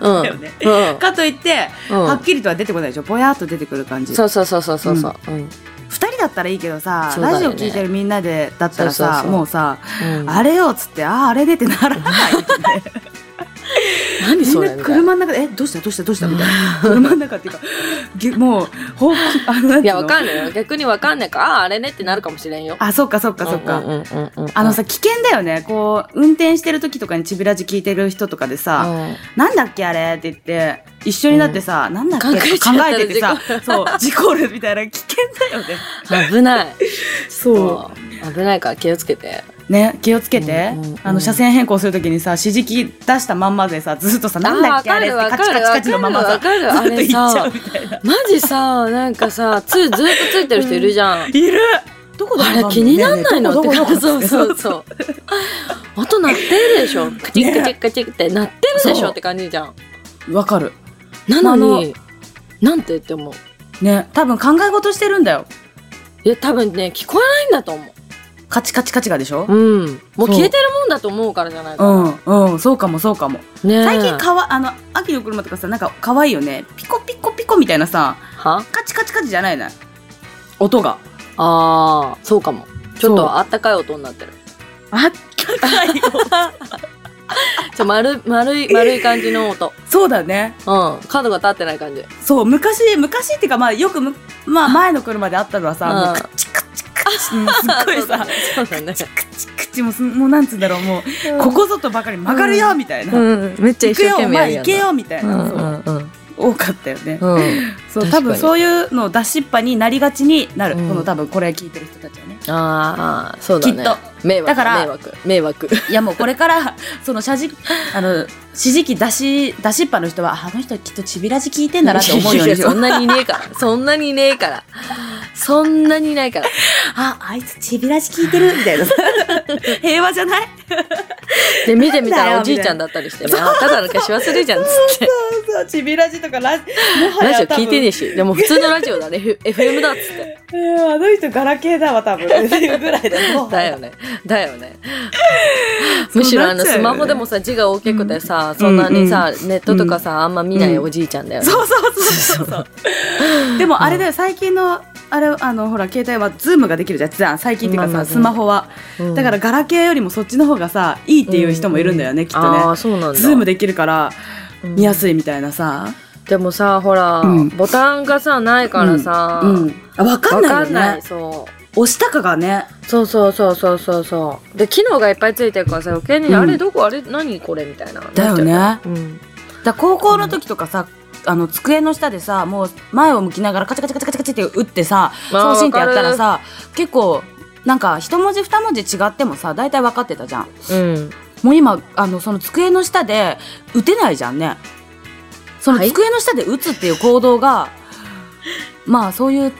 S2: うん。う
S1: だよね
S2: ん。
S1: かといって、
S2: うん
S1: はっきりとは出てこないでしょ。ぼやっと出てくる感じ。
S2: そうそうそうそうそうそう。うん。
S1: 二人だったらいいけどさ、
S2: そうだよ
S1: ラ
S2: ね
S1: ジオ聞いてるみんなでだったら
S2: そうそう
S1: さ、
S2: そう
S1: もうさ、
S2: うん
S1: あれよっつって、ああ、あれでってならないよね。
S2: 何
S1: み
S2: そ
S1: ん
S2: れ
S1: な
S2: みたいな
S1: 車の中で、え、どうしたどうしたどうしたみたいな。車の中っていうか、ぎもう、ほう、あの、なん
S2: い
S1: てい
S2: や、
S1: う
S2: わ
S1: の
S2: かんないよ。逆にわかんないから、ああ、あれねってなるかもしれんよ。
S1: あ、そっかそっかそっ
S2: うん
S1: か。
S2: うんうんうんうん。
S1: あのさ、危険だよね。こう、運転してる時とかにちびらじ聞いてる人とかでさ、
S2: う
S1: なんだっけあれって言って、一緒になってさ、なんだっけって考
S2: 考
S1: え
S2: え
S1: てて
S2: ちゃ
S1: さ
S2: ったら、
S1: そう、事故るみたいな危険だよね。
S2: ん。危ない。
S1: そ
S2: 危ないから気をつけて。
S1: う。ね、気をつけて、
S2: うんうんうん
S1: あの、車線変更するときにさ、指示器出したまんまでさ、ずっとさ、なんだっけあれって
S2: あーわ
S1: カ
S2: か
S1: チカ
S2: る
S1: チカチのままさ、
S2: わ
S1: ず
S2: かるわ
S1: っ
S2: か
S1: と
S2: る
S1: 行っちゃうみたいな。
S2: マジさ、なんかさ、つ、ずっとついてる人いるじゃん。
S1: いるどこだ
S2: あれ気になんないの
S1: ど
S2: って
S1: こどこ
S2: 感
S1: ど
S2: じ
S1: こ
S2: そうそう
S1: う。
S2: そう音鳴ってるでしょカチッカチッカチッって鳴ってるでしょって感じじゃん
S1: わかる。
S2: なのになんて言っても
S1: ね、多分考え事してるんだよ。
S2: いや多分ね聞こえないんだと思
S1: カチカチカチがでしょ
S2: ううん
S1: そ
S2: もう
S1: う
S2: 消えてるもんだと思うからじゃないかな
S1: うん、うん、そうかもそうかも。
S2: ねえ
S1: 最近かわ、あの、秋の車とかさ、なんか可愛いよね。ピコピコピコみたいなさ、
S2: は
S1: カチカチカチじゃないな音が
S2: ああそうかもち
S1: そ
S2: ょっ
S1: う
S2: とあったかい音になってる
S1: あったかい音
S2: ちょ丸い丸い丸い感じの音
S1: そうだね
S2: うん角が立ってない 感じ
S1: そう昔昔っていうかまあよくむまあ前の車であったのはさ、
S2: うん
S1: もうカチカチカチもうすっご いさ
S2: そうだ ねそう
S1: カチカチもうすもうなんつうんだろうもう、
S2: だね
S1: ここぞとばかり曲がるよみたいな、
S2: うんめっちゃ
S1: 行
S2: 一
S1: く
S2: 生
S1: よお
S2: 懸命やる
S1: 前
S2: や
S1: 行け
S2: ん
S1: よみたいな、
S2: な
S1: そう
S2: うんうんうん
S1: 多かったよね、
S2: うん。
S1: そう多
S2: 確かに
S1: 分そういうのを出しっぱになりがちになる、
S2: うん
S1: この多分これ聞いてる人たちはね
S2: ああ、そうだね。
S1: きっと
S2: 迷惑。
S1: だから
S2: 迷惑。迷惑。
S1: いやもうこれから その謝辞あの支持器出し出しっぱの人はああの人きっとちびらじ聞いてんだなって思うように
S2: い
S1: し
S2: や
S1: よ
S2: そん
S1: う
S2: なにいねえから。そんなにいねえから。そんなにいないから。
S1: ああいつちびらじ聞いて るみたいな平和じゃない
S2: で、見てみたら
S1: なんだ
S2: お
S1: よ
S2: じいちゃんだったりしてね。あ、ただの消し忘れじゃんっつっ
S1: そ
S2: て。
S1: うそうちびらじとかラジも
S2: ラジオ聞いてねえし。でも普通のラジオだね。F- FM だっつって。
S1: あの人ガラケーだわ多分っていうぐら い だよ
S2: だよね。だよね。むしろあの、スマホでもさ、字が大きくてさ、そんなにさ、ネットとかさ、あんま見ないおじいちゃんだよね。
S1: そうそうそうそう そうでもあれだよ最近のあれあのほら携帯はズームができるじゃんじゃん最近っていうか
S2: まあま
S1: さ
S2: あ
S1: スマホは、
S2: うん
S1: だからガラケーよりもそっちの方がさいいっていう人もいるんだよね、きっとね
S2: ああ、そうなんだ。
S1: ズームできるから見やすいみたいなさ、
S2: でもさ、ほら、
S1: うん
S2: ボタンがさ、ないからさ、
S1: うん、あ分かんない
S2: わ
S1: よ
S2: かんない、
S1: ね
S2: そう。
S1: 押したかがね
S2: そうそうそうそうそうそうで機能がいっぱいついてるからさ余計に、
S1: うん
S2: あれどこあれ何これみたいな
S1: だよね
S2: なっちゃううん
S1: だ高校の時とかさ、あの机の下でさもう前を向きながらカチャカチャカチャカチャって打ってさ送信ってやったらさ結構なんか一文字二文字違ってもさ大体分かってたじゃん
S2: うん
S1: もう今あのその机の下で打てないじゃんねその
S2: はい
S1: 机の下で打つっていう行動が、まあそういう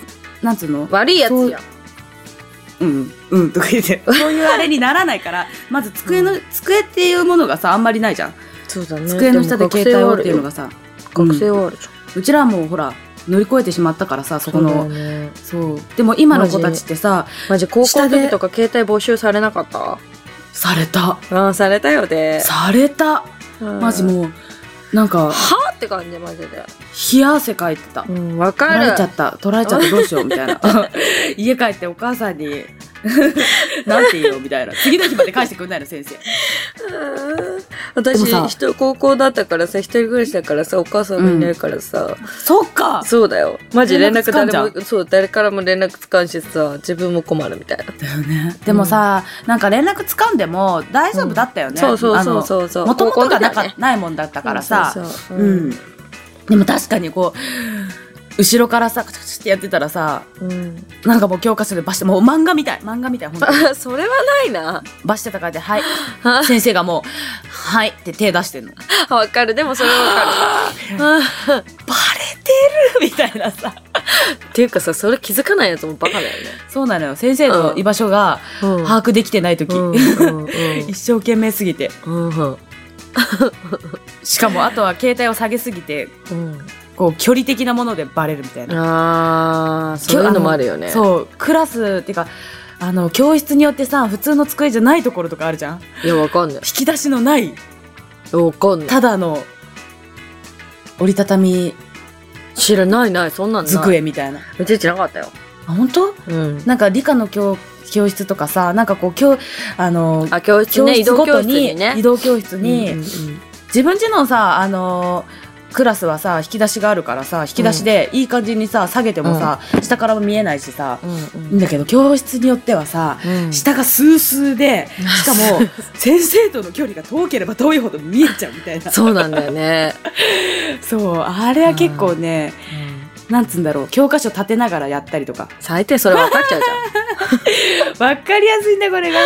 S1: なんつうの
S2: 悪いやつや
S1: うんうんとか言 ってそういうあれにならないからまず机の、机っていうものがさあんまりないじゃん
S2: そうだね
S1: 机の下で携帯をっていうのがさ
S2: 学生はあるじ
S1: うんうちらはもうほら乗り越えてしまったからさそ
S2: ゃ
S1: こ
S2: ん、
S1: の
S2: そうだよね
S1: そうでも今の子たちってさ
S2: マジ高校
S1: 下
S2: の
S1: で
S2: 時とか携帯募集されなかった
S1: された
S2: うんされたよね
S1: された
S2: うん
S1: マジもうなんか
S2: はって感じマジで
S1: 冷や汗かいてた
S2: うんわ
S1: 取
S2: からる
S1: れちゃった取られちゃったどうしようみ たいな家帰ってお母さんに なんて言おうみたいな次の日まで返してくんないの先生
S2: うん
S1: でも
S2: 私
S1: さ
S2: 人高校だったからさ一人暮らしだからさお母さんがいないからさ、
S1: そっか
S2: そうだよ。マジ連
S1: 連絡つ
S2: 絡
S1: かんじゃん
S2: 誰も、そう、誰からも連絡つかんしさ、自分も困るみたいな。
S1: だよねでもさ、なんか連絡つかんでも大丈夫だったよね、
S2: そうそう
S1: あ
S2: そ
S1: の
S2: うそうそう。
S1: もともとがなか、
S2: 高校の時はね
S1: ないもんだったからさ
S2: そうそう
S1: う
S2: そううんん。
S1: でも確かにこう後ろからさカチャカチャってやってたらさ
S2: うん。
S1: なんかもう教科書でバシってもう漫画みたい漫画みたい本当に
S2: あ、それはないな。
S1: バシってたからで「 はい」先生がもう「はい」って手出してんの
S2: あわかる。でもそれはわかる。あ
S1: バレてるみたいなさ
S2: っていうかさ、それ気づかないやつもバカだよね。
S1: そうなのよ先生の居場所が
S2: うん
S1: 把握できてない時、
S2: うんうんうん
S1: 一生懸命すぎて
S2: うん
S1: しかもあとは携帯を下げすぎて
S2: うん
S1: こう距離的なものでバレるみたいな、
S2: あー、そういうのもあるよね。
S1: そうクラスっていうかあの教室によってさ普通の机じゃないところとかあるじゃん
S2: いや、わかんない。
S1: 引き出しのない
S2: わかんない。
S1: ただの折りたたみ
S2: 知らないない、そんなんない。
S1: 机みたいな
S2: うちうちなかったよ。
S1: あ本当
S2: うん。
S1: なんか理科の教教室とかさなんかこう教あの
S2: あ、教室
S1: 教
S2: ね、
S1: 室
S2: 移動
S1: ごと
S2: 教室
S1: に
S2: にね。
S1: 移動教室に、
S2: うんうん
S1: 自分家のさあのークラスはさ引き出しがあるからさ引き出しでいい感じにさ下げてもさ、下からも見えないしさ、
S2: うん
S1: だけど教室によってはさ、
S2: うん
S1: 下がスースーでしか も先生との距離が遠ければ遠いほど見えちゃうみたいな
S2: そうなんだよね。
S1: そうあれは結構ね、なんつうんだろう教科書立てながらやったり とか
S2: 最低それ分かっちゃうじ
S1: わかりやすいんだこ れが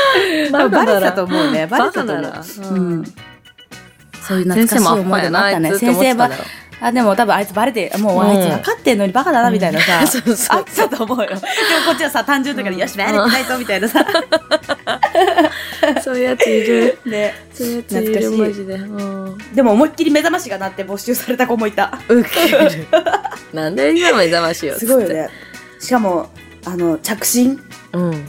S2: バカ
S1: バ
S2: なら
S1: レたと思うね
S2: ゃん。
S1: バレたと思う
S2: バカなら。
S1: うんそういう懐か
S2: 先生
S1: しい
S2: もア
S1: 思
S2: ホ
S1: い出
S2: や
S1: もあっ
S2: な
S1: た
S2: あい
S1: ね
S2: つって
S1: 先
S2: 思って
S1: 生
S2: た
S1: ば
S2: んだろう。
S1: あでも多分あいつバレてもうあいつ分かってんのにバカだなみたいなさ、
S2: うん そうそう
S1: あったと思うよでもこっちはさ単純だから、
S2: うん
S1: よしバレてないぞみたいなさ、
S2: そういうやついる。
S1: で
S2: そういうやつい
S1: 懐か
S2: る
S1: しい
S2: マジで。うん
S1: でも思いっきり目覚ましが鳴って没収された子もいた
S2: ウケる。なんで今目覚ましよ。つって
S1: すごいよ。ねしかもあの着信
S2: うん。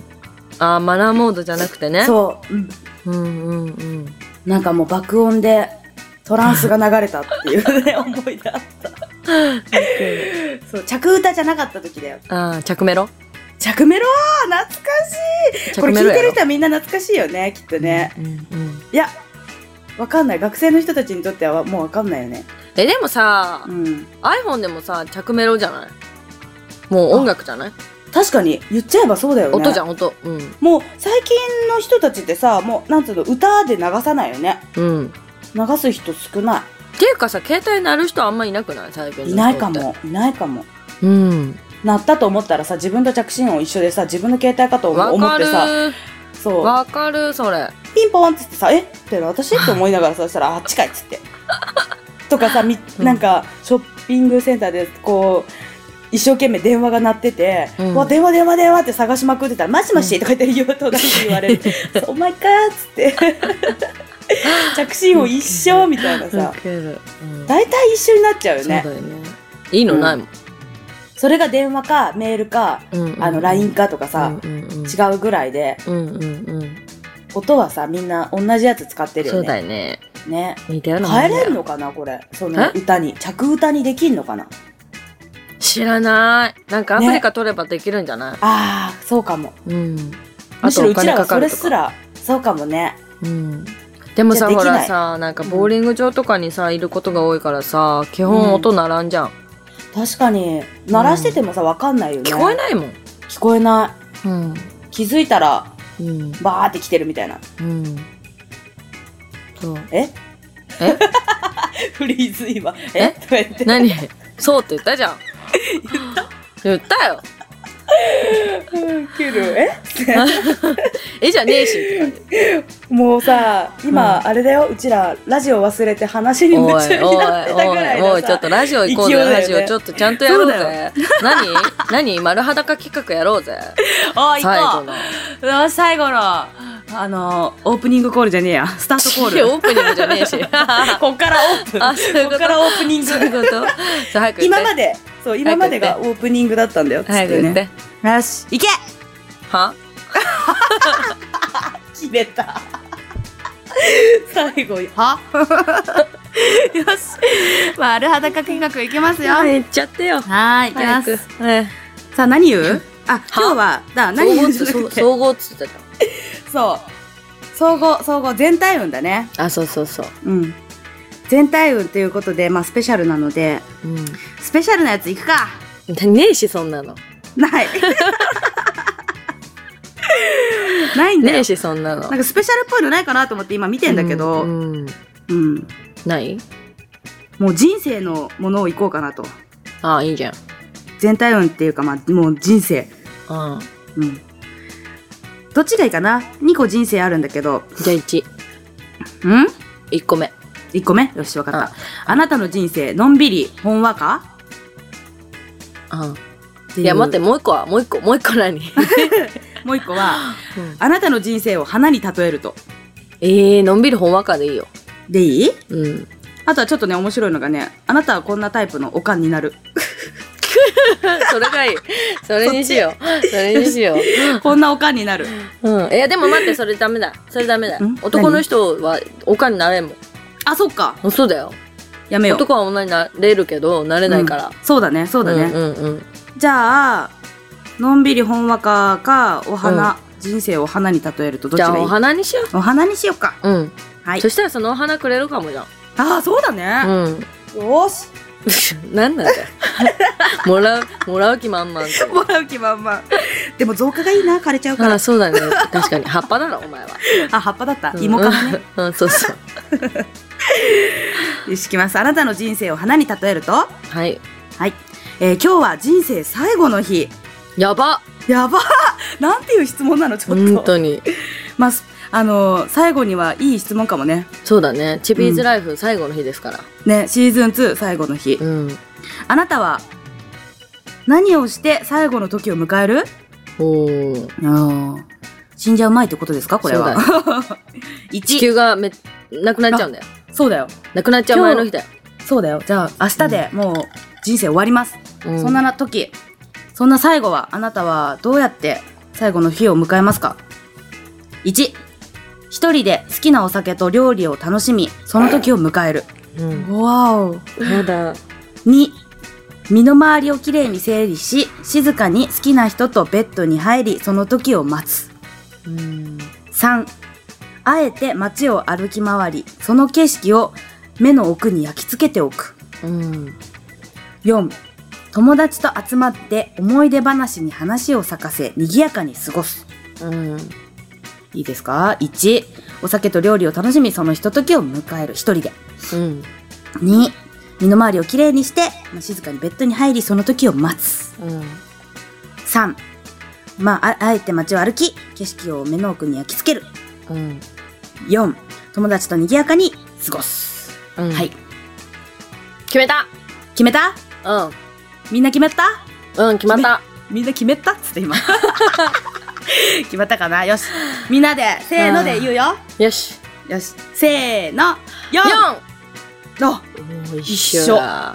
S2: あーマナーモードじゃなくてね。
S1: そう、うん
S2: うんうんうん。
S1: なんかもう爆音でトランスが流れたっていうね思い出あったそう着歌じゃなかった時だよ
S2: あー着メロ。
S1: 着メロ懐かしいこ
S2: 着
S1: れ
S2: メ
S1: 聞
S2: ロ
S1: い
S2: や
S1: て
S2: ろ
S1: る人はみんな懐かしいよねきっとね、
S2: うんうん。
S1: いやわかんない学生の人たちにとってはもうわかんないよね
S2: えでもさ
S1: う、ん
S2: iPhone でもさ着メロじゃない。もう音楽じゃない。
S1: 確かに言っちゃえばそうだよね
S2: 音じゃ
S1: ん
S2: ん音。うん
S1: もう最近の人たちってさもうなんつうの歌で流さないよね
S2: うん。
S1: 流す人少ない
S2: ていうかさ携帯鳴る人あんまいなくない最近の人って
S1: いないかもいないかも
S2: うん
S1: 鳴ったと思ったらさ自分と着信音一緒でさ自分の携帯かと思
S2: わ
S1: 思っ
S2: か
S1: てさ
S2: る
S1: そう
S2: わかるそれ
S1: ピンポンっつってさ「えっ?」て私って思いながらさそしたら「 あっちかい」っつってとかさみ
S2: うん
S1: なんかショッピングセンターでこう一生懸命電話が鳴ってて「
S2: うん
S1: わ電話電話電話」って探しまくってたら「もしもし」
S2: う
S1: とか言って言うとなんか言われ る「お前か」っつって着信音一緒みたいなさ
S2: わかるうん
S1: 大体一緒になっちゃうよ
S2: そうだ
S1: ね
S2: よねいいのないもん
S1: それが電話かメールか
S2: うんうん
S1: あの LINE かとかさ
S2: うんうんうん
S1: 違うぐらいで
S2: うんうんうん
S1: 音はさみんな同じやつ使ってる
S2: そ
S1: よ
S2: うだ
S1: ね
S2: よ
S1: ね
S2: ね似たようなもんだ
S1: 変え
S2: よ
S1: れるのかなこれその歌に着歌にできんのかな
S2: 知らないなんかアプリか取ればできるんじゃない、
S1: あーそうかも
S2: うん
S1: む
S2: あ
S1: し
S2: と
S1: ろ
S2: お
S1: うち
S2: 金
S1: らは
S2: か
S1: そ
S2: か
S1: れ
S2: ると
S1: す
S2: から
S1: そうかもね
S2: うんでもさ
S1: じゃあで
S2: ほ
S1: きない
S2: らさなんかボーリング場とかにさいることが多いからさ基
S1: うん
S2: 本音鳴らんじゃん、
S1: 確かに鳴らしててもさわかんないよね
S2: 聞こえないもん
S1: 聞こえな
S2: うん
S1: い気づいたら
S2: うん
S1: バーって来てるみたいな
S2: うんそう
S1: え
S2: え
S1: フリーズ今えと
S2: え
S1: か言って
S2: 何そうって言ったじゃん言ったよ
S1: うん切るえ
S2: えじゃねえし って感じ
S1: もうさ今、あれだようちらラジオ忘れて話に夢
S2: おい
S1: 中
S2: お
S1: に
S2: い
S1: なってたぐらい
S2: おいお
S1: の
S2: いちょ
S1: さ
S2: っとラジオ行こうぜ
S1: 勢いだよ
S2: ラ
S1: ね
S2: ジオちょっとちゃんとやろう
S1: そうだ
S2: ぜ何何丸裸企画やろうぜ
S1: おい
S2: 最
S1: 行こ
S2: 後
S1: う
S2: の
S1: うわ最後のあのオープニングコールじゃねえやスタートコー
S2: いや
S1: ル
S2: オープニングじゃ ねえし
S1: こっからオープン
S2: あそういう
S1: こっ
S2: こと
S1: からオープニング
S2: そうい うことじゃあ早く言って
S1: 今までそう今までがオープニングだったんだよつっ
S2: 早く
S1: て
S2: 言って、
S1: ねよし行け
S2: は
S1: 決め た最 後にはよし丸裸見学行きますよ
S2: 言っちゃってよ
S1: はい
S2: 早くね
S1: さあ何言うあ今日はだ何言うじゃな
S2: 総合
S1: く
S2: って
S1: て
S2: 総合っつって
S1: そう総合総合全体運だね
S2: たあそうそうそう
S1: うん全体運ということでまあスペシャルなので
S2: う
S1: スペシャルなやつ行くか
S2: んねえしそんなの
S1: ないないんだよ
S2: ねえしそんなの
S1: なんかスペシャルっぽいのないかなと思って今見てんだけど、う
S2: うんんうんない
S1: もう人生のものをいこうかなと
S2: あいいじゃん
S1: 全体運っていうか、まあ、もう人生、
S2: うん
S1: うん、どっちがいいかな2個人生あるんだけど
S2: じゃあ一
S1: うん
S2: 一個目
S1: ?1 個目よしわかったあ
S2: あ
S1: なたの人生のんびりほんわか
S2: う
S1: ってい
S2: んいうや待ってもう一個はもう一個もう一 個何
S1: もう1個は あなたの人生を花に例えると
S2: えー、のんびりほんわかでいいよ
S1: でいい
S2: うん
S1: あとはちょっとね面白いのがねあなたはこんなタイプのおかんに なる
S2: それがいいそれにしようそれにしよう
S1: こんなおかんになる
S2: うん、いやでも待ってそれダメだそれダメだ
S1: ん
S2: 男の人はおかんになれんも
S1: あそっか
S2: んそうだよ
S1: やめよう
S2: 男は女になれるけどなれないから、
S1: うんそうだねそうだね、
S2: うんうんうん
S1: じゃあのんびりほんわかかお花、人生をお花に例えるとどっち
S2: じゃ
S1: が
S2: あ
S1: いい
S2: お花にしよ
S1: お花にしようか
S2: ううん、
S1: はい
S2: そしたらそのお花くれるかもじゃん
S1: ああそうだね、
S2: うん
S1: よし
S2: なんなんだよ もらうもらう気満々って
S1: もらう気満々でも増加がいいな枯れちゃうから
S2: あそうだね確かに葉っぱだろお前は
S1: あ葉っぱだった芋かなね、
S2: うんうんそうそう
S1: よしいきますあなたの人生を花に例えるとは
S2: はい
S1: い、えー今日は人生最後の日
S2: やば
S1: やばーなんていう質問なのちょっ
S2: 本
S1: と
S2: 当に
S1: まあすあのー最後にはいい質問かもね
S2: そうだねチビーズライフ最後の日ですから
S1: ねシーズン2最後の日、
S2: うん
S1: あなたは何をして最後の時を迎える
S2: おー
S1: 死んじゃうまいってことですかこれは。1
S2: 地球がめなくなっちゃうんだよ
S1: そうだよ。
S2: なくなっちゃう前の日だよ、
S1: そうだよ。じゃあ明日でもう人生終わります。
S2: うん
S1: そんな時、そんな最後はあなたはどうやって最後の日を迎えますか ?1、一人で好きなお酒と料理を楽しみ、その時を迎える。
S2: うん
S1: わお。
S2: まだ
S1: 2身の回りをきれいに整理し静かに好きな人とベッドに入りその時を待つ
S2: うん
S1: 3あえて街を歩き回りその景色を目の奥に焼き付けておく
S2: うん
S1: 4友達と集まって思い出話に話を咲かせ賑やかに過ごす
S2: うん
S1: いいですか1お酒と料理を楽しみそのひとときを迎える一人で
S2: うん
S1: 2身の回りをきれいにして、まあ、静かにベッドに入りその時を待つ
S2: うん
S1: 3まあああえて街を歩き景色を目の奥に焼き付ける
S2: うん
S1: 4友達と賑やかに過ごす、
S2: うん
S1: はい
S2: 決めた
S1: 決めた
S2: う
S1: みんな決めた
S2: んうん決まった
S1: みんな決めたっつって今 決まったかなよしみんなでせーので言うよ
S2: よし
S1: よしせーのよ
S2: 4
S1: の
S2: もう一緒だ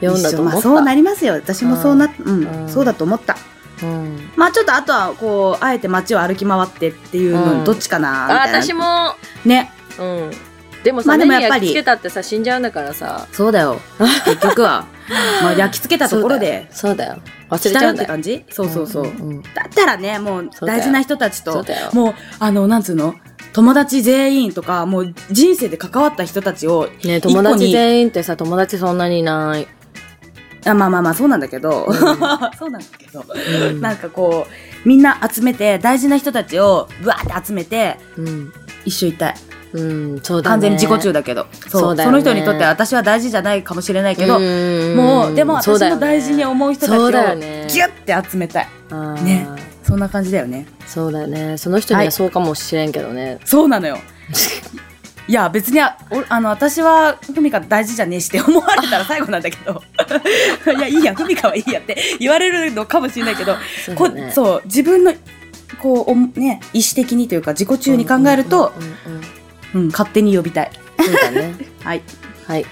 S2: 4だと思った、
S1: まあ、そうなりますよ私もそうなうん、
S2: うん
S1: そうだと思った
S2: うん
S1: まあちょっとあとはこうあえて街を歩き回ってっていう
S2: うん
S1: のどっちかなみ
S2: あ
S1: たいな、
S2: 私も
S1: ね
S2: うんでも
S1: ま
S2: さ、
S1: あ
S2: 目
S1: で
S2: に
S1: もやっぱ
S2: 焼
S1: り
S2: き付けたってさ死んじゃうんだからさ
S1: そうだよ結局 はまあ焼き付けたところで
S2: そうだよ忘れ
S1: し
S2: ち
S1: た
S2: ゃ
S1: よ
S2: う
S1: って
S2: んだよ
S1: 感じそうそうそう、
S2: んんん
S1: だったらねもう
S2: そうだよ
S1: 大事な人たち
S2: そう
S1: と
S2: だよ
S1: もうあのなんつうの友達全員とかもう人生で関わった人たちを
S2: ね
S1: 個に
S2: 友達全員ってさ友達そんなにいない、
S1: あまあまあまあ そうなんだけど、そうなんだけど、
S2: うん
S1: なんかこうみんな集めて大事な人たちをぶわーって集めて
S2: うん
S1: 一緒いたい
S2: うん、そうだね
S1: 完全に自己中だけどそう
S2: そうだよ
S1: その
S2: ね
S1: 人にとって私は大事じゃないかもしれないけど、
S2: うん
S1: もうでも
S2: そう
S1: 私
S2: だよ
S1: も
S2: ね
S1: 大事に思う人たち
S2: そ
S1: を
S2: う
S1: ギ
S2: だよ
S1: ュ
S2: ね
S1: ッて集めたい
S2: あー
S1: ねそんな感じだよね
S2: そうだよねその人に
S1: は
S2: はいそうかもしれんけどね、
S1: そうなのよ いや別にあおあの私はふみか大事じゃねえしって思われたら最後なんだけど いやいいやふみかはいいやって言われるのかもしれないけど
S2: そう
S1: こ
S2: だね
S1: そう自分のこうおね意思的にというか自己中に考えると、
S2: うんうんうんうん
S1: うん、勝手に呼びたい、
S2: そうだ ね
S1: はい、
S2: はい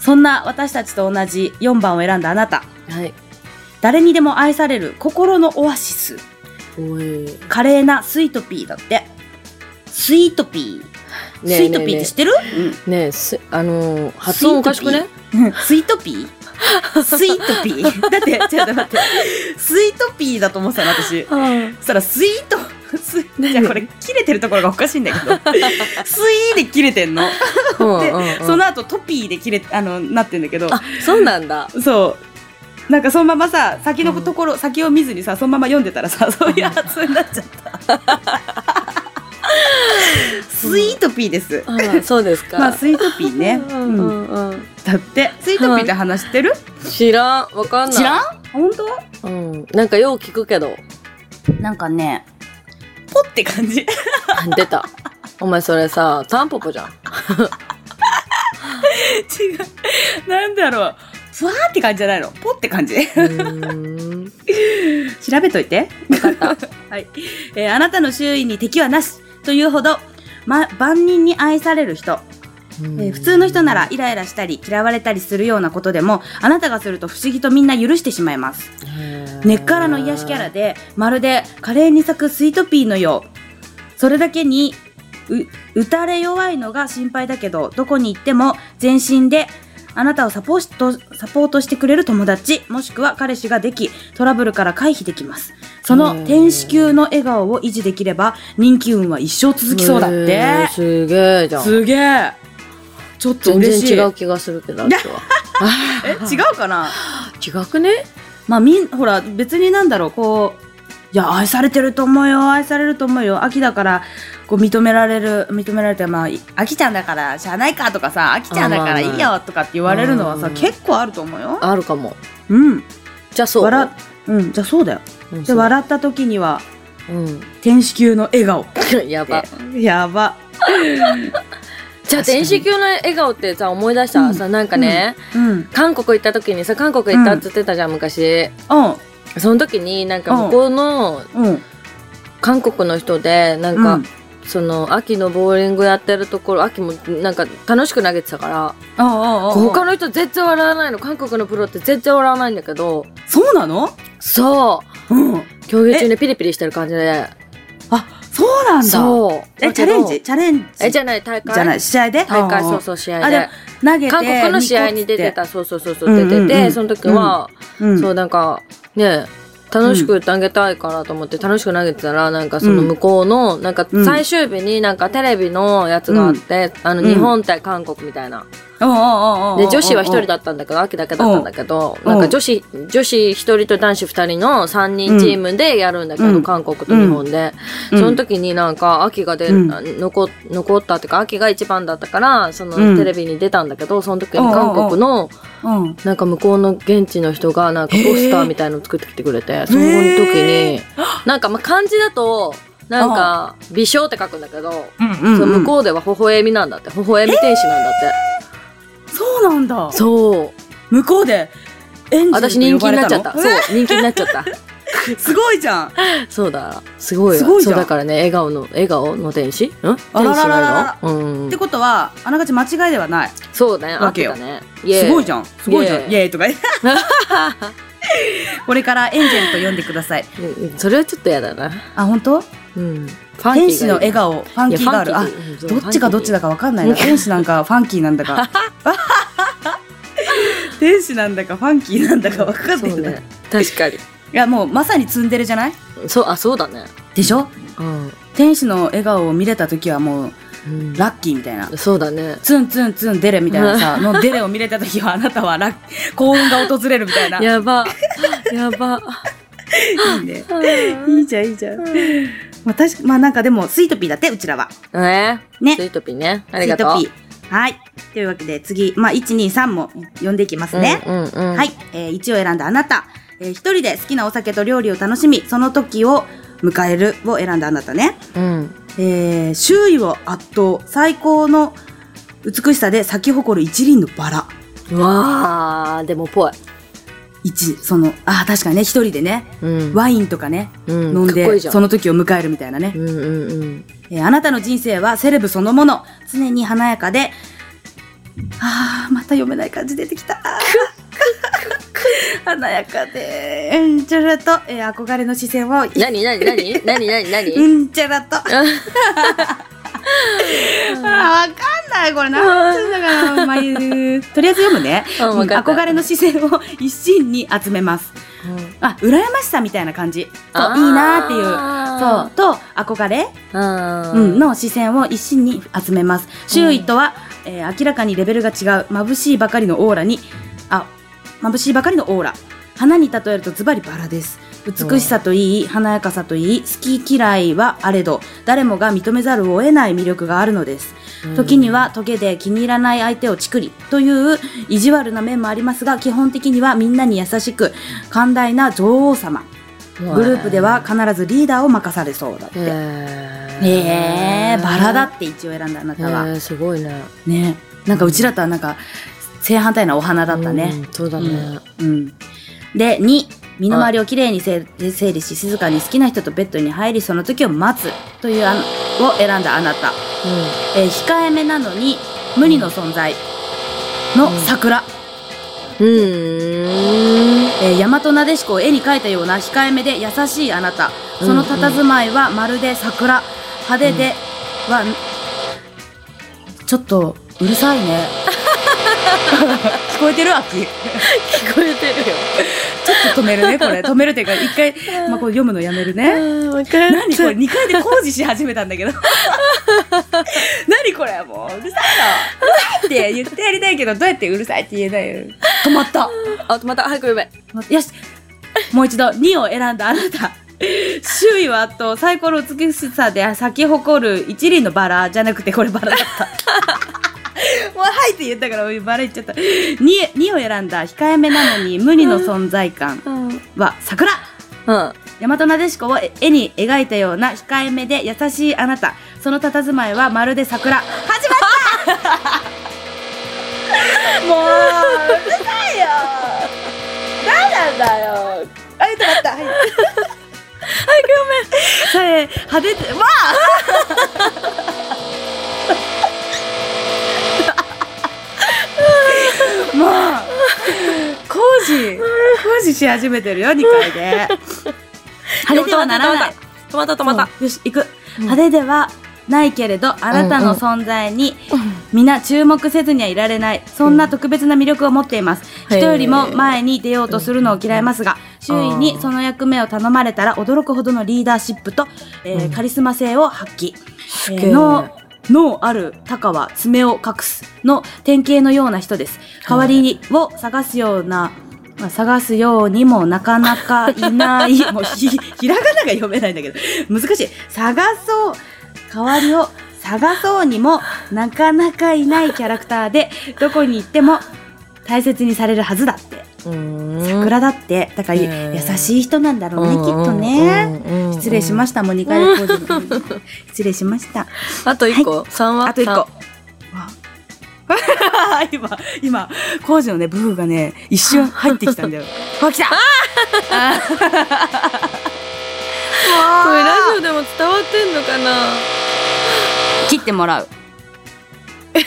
S1: そんな私たちと同じ4番を選んだあなた
S2: はい
S1: 誰にでも愛される心のオアシス
S2: おい
S1: 華麗なスイートピーだってスイートピー、スイートピーって知ってる、
S2: ねえすあのー発音おかしくね
S1: うんうん スイートピー スイートピー だってちょっと待ってスイートピーだと思ってたの私そしたらスイートスじゃあこれ切れてるところがおかしいんだ けどスイーで切れてんので、その後トピーで切れあのなってんだけど
S2: あそうなんだ
S1: そうなんかそのままさ先のところ、先を見ずにさそのまま読んでたらさそういう発音になっちゃった スイートピーです、
S2: あーそうですか
S1: まあスイートピーね、
S2: うんう
S1: うん
S2: んうん
S1: だってスイートピーって話してる、
S2: 知らんわかんない
S1: 知らん本
S2: うん、なんかよう聞くけど
S1: 当なんかねポって感じ
S2: 出た お前それさタンポポじゃん
S1: 違うなんだろうふわーって感じじゃないのポって感じ
S2: うーん
S1: 調べといて。 はい、えーあなたの周囲に敵はなしというほど、ま、万人に愛される人、えー普通の人ならイライラしたり嫌われたりするようなことでもあなたがすると不思議とみんな許してしまいます根っからの癒しキャラでまるで華麗に咲くスイートピーのようそれだけにう打たれ弱いのが心配だけどどこに行っても全身であなたをサポートサポートしてくれる友達もしくは彼氏ができトラブルから回避できますその天使級の笑顔を維持できれば人気運は一生続きそうだっ
S2: へー
S1: て
S2: すげえじゃん
S1: すげえちょっと
S2: 全
S1: 嬉しい
S2: 然違う気がするけどあっちは
S1: え違うかな
S2: 違くね
S1: まあみんほら別になんだろうこういや愛されてると思うよ愛されると思うよ秋だからこう認められる認められてまあい秋ちゃんだからしゃあないかとかさ秋ちゃんだからいいよとかって言われるのは
S2: まあ
S1: さ
S2: まあ
S1: 結構あると思うよ。
S2: あるかも
S1: うん
S2: じゃあそう
S1: 笑うんじゃあそうだよ。
S2: うん
S1: で
S2: そう
S1: 笑った時には
S2: う
S1: 天使級の笑顔。
S2: ん やば
S1: やば。
S2: じゃあ電子級の笑顔ってさ思い出した、
S1: うん
S2: さなんかね、
S1: うん。うん。
S2: 韓国行った時にさ韓国行ったって言ってたじゃん、昔その時になんか向こうの
S1: うん。
S2: 韓国の人でなんか、
S1: うん
S2: その秋のボーリングやってるところ秋もなんか楽しく投げてたから
S1: ああああ。
S2: 他の人全然笑わないの韓国のプロって全然笑わないんだけど
S1: そうなの？
S2: そう
S1: うん。
S2: 競技中にピリピリしてる感じで
S1: あそうなんだ。
S2: そう
S1: え
S2: だ
S1: チ
S2: け
S1: ャ
S2: ど
S1: レンジチャレンジ
S2: えじ
S1: じ
S2: ゃない大会
S1: ゃない試合で？
S2: 大会
S1: ああ
S2: そうそう試合
S1: あ
S2: で
S1: で投げて
S2: 韓国の試合に出てたそうそうそうそう出てて、
S1: うんうんうん
S2: その時は、
S1: うん
S2: そうなんかね楽しく投げたいからと思って楽しく投げてたらなんかその向こうのなんか
S1: うん
S2: 最終日になんかテレビのやつがあって、あの
S1: うん
S2: 日本対韓国みたいな、
S1: で
S2: で女子は一人だったんだけど秋だけだったんだけど
S1: うん
S2: なんか女子女子一人と男子二人の三人チームでやるんだけど、
S1: うん
S2: 韓国と日本で、
S1: うん
S2: その時になんか秋が出、
S1: うん
S2: 残残ったっていうか秋が一番だったからその
S1: うん
S2: テレビに出たんだけど、その時に韓国の
S1: うん
S2: なんか向こうの現地の人がなんかポスターみたいの作ってきてくれてその時
S1: へ
S2: になんかまあ漢字だとなんか微笑って書くんだけど、
S1: うん
S2: その向
S1: う
S2: こうでは微笑みなんだって微笑み天使なんだって。
S1: そうなんだ
S2: そう
S1: 向こうでエンジェル
S2: 私
S1: と
S2: 人
S1: 呼
S2: 気
S1: ば
S2: に
S1: れ
S2: なっちゃ
S1: た
S2: った。
S1: の
S2: そう、人気になっち ゃった。
S1: えすごいじゃん
S2: そうだ。すごいわ
S1: すごいじ
S2: そ
S1: ゃ
S2: う、
S1: ん
S2: だからね、笑顔の、笑顔の天使ん天使
S1: あらららら
S2: なのう
S1: っ
S2: ん
S1: て。ことはあながち間違いではないす
S2: そうね、あ
S1: わ
S2: っ
S1: けよ
S2: たね。
S1: ごい
S2: ゃ
S1: じゃんすごいじゃ
S2: イエ
S1: ん
S2: ーイ
S1: イエーイとか これからエンジェルと呼んでください
S2: んうん。それはちょっとやだな。
S1: あ本当
S2: うん。ファンキーがいい
S1: 天使の笑顔ファンキーガールあ
S2: いやファンキーうんそう
S1: どっちがどっちだ
S2: フ
S1: かわかんないな。天使なんかファンキーなんだか。 天使なんだかファンキーなんだ
S2: ァンキー
S1: かわかんない
S2: そう
S1: な。
S2: ね。確かに。
S1: いやもうまさにツンデレじゃない
S2: そう、あ、そうだね。
S1: でしょ
S2: うん
S1: 天使の笑顔を見れた時はもう
S2: うん。
S1: ラッキーみたいな。
S2: そうだね。
S1: ツンツンツンデレみたいなさ、のデレを見れた時はあなたはラ ッ幸運が訪れるみたいな。い
S2: やば。や ば。
S1: いね。いいじゃんいいじゃん。まあ確か、まあなんかでもスイートピーだってうちらは。
S2: ね。
S1: ね
S2: スイートピーね。ありがとう。
S1: スイートピー。はい。というわけで次、まあ1、2、3も呼んでいきますね。
S2: うんうんうん。
S1: はい、え1を選んだあなた、えー、1人で好きなお酒と料理を楽しみその時を迎えるを選んだあなたね、
S2: うん。
S1: えー周囲を圧倒最高の美しさで咲き誇る一輪のバラ
S2: わあでもぽい。
S1: 一そのあー確かにね一人でね
S2: うん
S1: ワインとかね、
S2: うん
S1: 飲ん
S2: かっこい
S1: で
S2: いじゃん
S1: その時を迎えるみたいなね、
S2: うんうんうん。
S1: えーあなたの人生はセレブそのもの常に華やかであーまた読めない漢字出てきた華やかでうんちゃらと、えー憧れの視線を
S2: なになになになになになに
S1: うんちゃらと。あーわかんないこれなんつうのかな、まあ、とりあえず読むね、
S2: うんわかった
S1: 憧れの視線を一心に集めますあ羨ましさみたいな感じそういいなーっていうそう
S2: あ
S1: と憧れ、
S2: ー
S1: う
S2: うん
S1: ん、の視線を一心に集めます周囲とは、えー明らかにレベルが違う眩しいばかりのオーラにあ眩しいばかりのオーラ花に例えるとズバリバラです美しさといい華やかさといい好き嫌いはあれど誰もが認めざるを得ない魅力があるのです
S2: うん
S1: 時にはトゲで気に入らない相手をチクリという意地悪な面もありますが基本的にはみんなに優しく寛大な女王様グループでは必ずリーダーを任されそうだって、
S2: へー
S1: えー、バラだって一応選んだあな
S2: へ
S1: たは、
S2: ーすごいね。
S1: ねなんかうちらとはなんか正反対なお花だったね
S2: うん。そうだね。
S1: うん、で2身の回りをきれいにせ整理し静かに好きな人とベッドに入りその時を待つというあのを選んだあなた、えー控えめなのに無理の存在の桜、
S2: うん。うん。
S1: えー、大和なでしこを絵に描いたような控えめで優しいあなたその佇まいはまるで桜派手では、ちょっとうるさいね 聞こえてる秋ち
S2: 聞こえてるよ。
S1: ょっと止める ねこれ止めるっていうか一回、まあ、こう読むのやめるね
S2: うんわか
S1: 何これ2回で工事し始めたんだけど 何これもううるさいのうるさいって言ってやりたいけどどうやってうるさいって言えないの止まった
S2: あ、また早く呼べ。
S1: よしもう一度2を選んだあなた周囲は圧倒最高の美しさで咲き誇る一輪のバラじゃなくてこれバラだったもう「はい」って言ったからバラ言っちゃった 2, 2を選んだ控えめなのに無二の存在感
S2: うん。
S1: は桜
S2: うん。
S1: 大和なでしこを絵に描いたような控えめで優しいあなたその佇まいはまるで桜始まったもううるさいよ何なんだよあ、止まったはいはい、ごめんさえ、派手で、わあも う工事工事し始めてるよ、2回で 派手ではならない
S2: 止まった止まった。
S1: そうよし行く、派手ではないけれどあなたの存在に皆注目せずにはいられないそんな特別な魅力を持っています、
S2: へー
S1: 人よりも前に出ようとするのを嫌いますが周囲にその役目を頼まれたら驚くほどのリーダーシップと、えーカリスマ性を発揮、え
S2: げえ
S1: ー、の脳ある鷹は爪を隠すの典型のような人です。代わりを探すような、まあ、探すようにもなかなかい ない。もうひ、ひらがなが読めないんだけど、難しい。探そう、代わりを探そうにもなかなかいないキャラクターで、どこに行っても大切にされるはずだって。
S2: 桜
S1: 桜だって、だから、
S2: うん
S1: 優しい人なんだろうね、きっとね。失礼しま
S2: し
S1: した、モニカ・レコードの。 失礼しました。
S2: た。あと一個、三は
S1: あと一個。
S2: 三
S1: わ 今、今、工事のね、ブフがね、一瞬入ってきたんだ よ。わ、来た
S2: これラ
S1: あ
S2: ジオでも伝わってんのかな
S1: ー切ってもらう。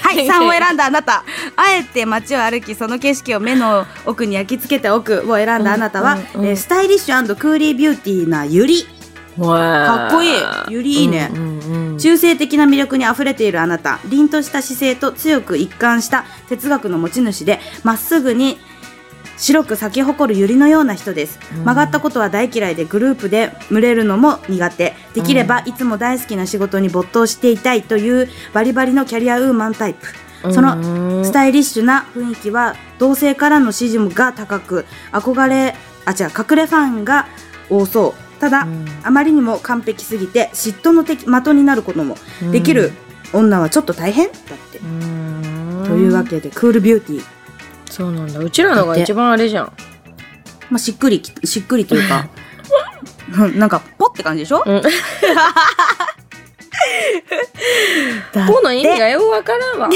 S1: はい、3を選んだあなた。あえて街を歩き、その景色を目の奥に焼き付けておくを選んだあなたは、
S2: うんうんうん
S1: えースタイリッシュクーリービューティーなユリ。か
S2: か
S1: っこいい。ユリいいね。
S2: うんうんうん
S1: 中性的な魅力に溢れているあなた凛とした姿勢と強く一貫した哲学の持ち主でまっすぐに白く咲き誇る百合のような人です、
S2: うん
S1: 曲がったことは大嫌いでグループで群れるのも苦手できればいつも大好きな仕事に没頭していたいというバリバリのキャリアウーマンタイプその
S2: の
S1: スタイリッシュな雰囲気は同性からの支持もが高く憧れあ違う隠れファンが多そうただ、あまりにも完璧すぎて嫉妬の的的になることもできる女はちょっと大変だって、と
S2: と
S1: いうわけでクールビューティー、
S2: そうなんだうちらのが一番あれじゃん
S1: まあ、しっくりきしっくりというかうんなんかポって感じでしょ、
S2: うん
S1: だ
S2: この意味がよくわからんわ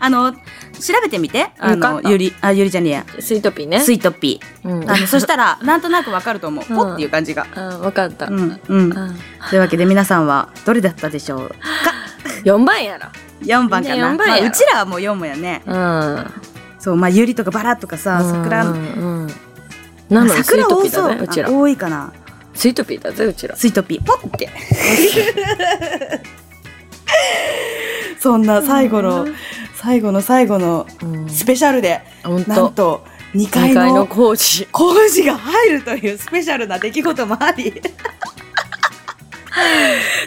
S1: あの調べてみてあ
S2: よか
S1: の
S2: った
S1: ゆりあゆりじゃねえや
S2: スイートピーね
S1: スイートピ
S2: うん
S1: ーあのそしたらなんとなくわかると思う、
S2: うん
S1: ポっていう感じが
S2: あわかった
S1: う
S2: うん
S1: んうんというわけで皆さんはどれだったでしょう
S2: 4番やな
S1: 4番かな、
S2: ね四番
S1: まあ、
S2: や
S1: うちらはもう4もやね
S2: うん
S1: そうまあゆりとかバラとかさ桜
S2: うんうんうんなのにスイ
S1: 桜
S2: ート
S1: 多
S2: ピー
S1: そう
S2: だねうちら
S1: あ多いかな
S2: スイートピーだぜうちら
S1: スイートピーポッて そんな最後の最後の最後の
S2: うん
S1: スペシャルで
S2: ほんと
S1: なんと2
S2: 2
S1: 階
S2: 階の
S1: の
S2: 工事
S1: 工事が入るというスペシャルな出来事もあり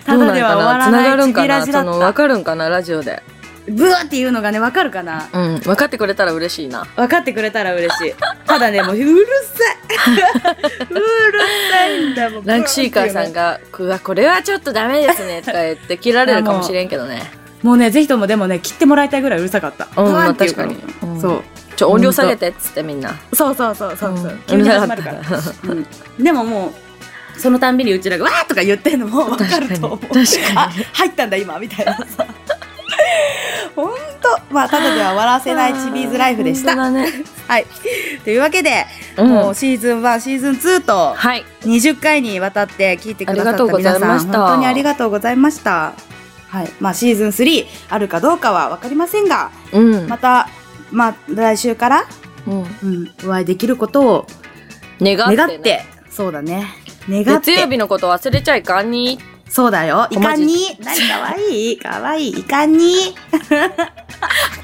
S1: ただでは終わら
S2: どう
S1: ないチ
S2: んか
S1: ビ
S2: な
S1: ラ
S2: つ
S1: ジ
S2: ながるんかな
S1: だった
S2: その分かるんかなラジオで
S1: ブーっていうのがね分かるかな
S2: うん分かってくれたら嬉しいな
S1: 分かってくれたら嬉しいただねもううる さいうるさいんだもん
S2: ランクシーカーさんが「うわこれはちょっとダメですね」とか言って切られるかもしれん けどね
S1: もうねぜひともでもね切ってもらいたいぐらいうるさかった、
S2: うん
S1: ブワンっていう
S2: まあ確かにうん
S1: そう
S2: ちょ音量下げてっつってみんな
S1: そうそうそうそうそう、
S2: うん
S1: 急に始まるから、うん、でももうそのたんびにうちらが「わー!」とか言ってんのも分かると思う
S2: 確かに確かに
S1: あ入ったんだ今みたいなさほんとまあただでは終わらせないチビーズライフでした
S2: 本当だね
S1: はいというわけで、
S2: うん
S1: もうシーズン1シーズン2と
S2: はい
S1: 20回にわたって聞いてくださ
S2: ありが
S1: っ
S2: と
S1: た
S2: うござ
S1: 皆
S2: い
S1: さ
S2: ま
S1: ん
S2: し
S1: 本
S2: た
S1: 当にありがとうございましたはいまあシーズン3あるかどうかは分かりませんが
S2: うん
S1: またまあ来週から、
S2: うん
S1: うん、お会いできることを
S2: 願って
S1: 願
S2: ね
S1: ってそうだね願って
S2: 月曜日のこと忘れちゃいかんに
S1: そうだよい
S2: 小文
S1: か
S2: 字
S1: に何かわいいかわいいいかに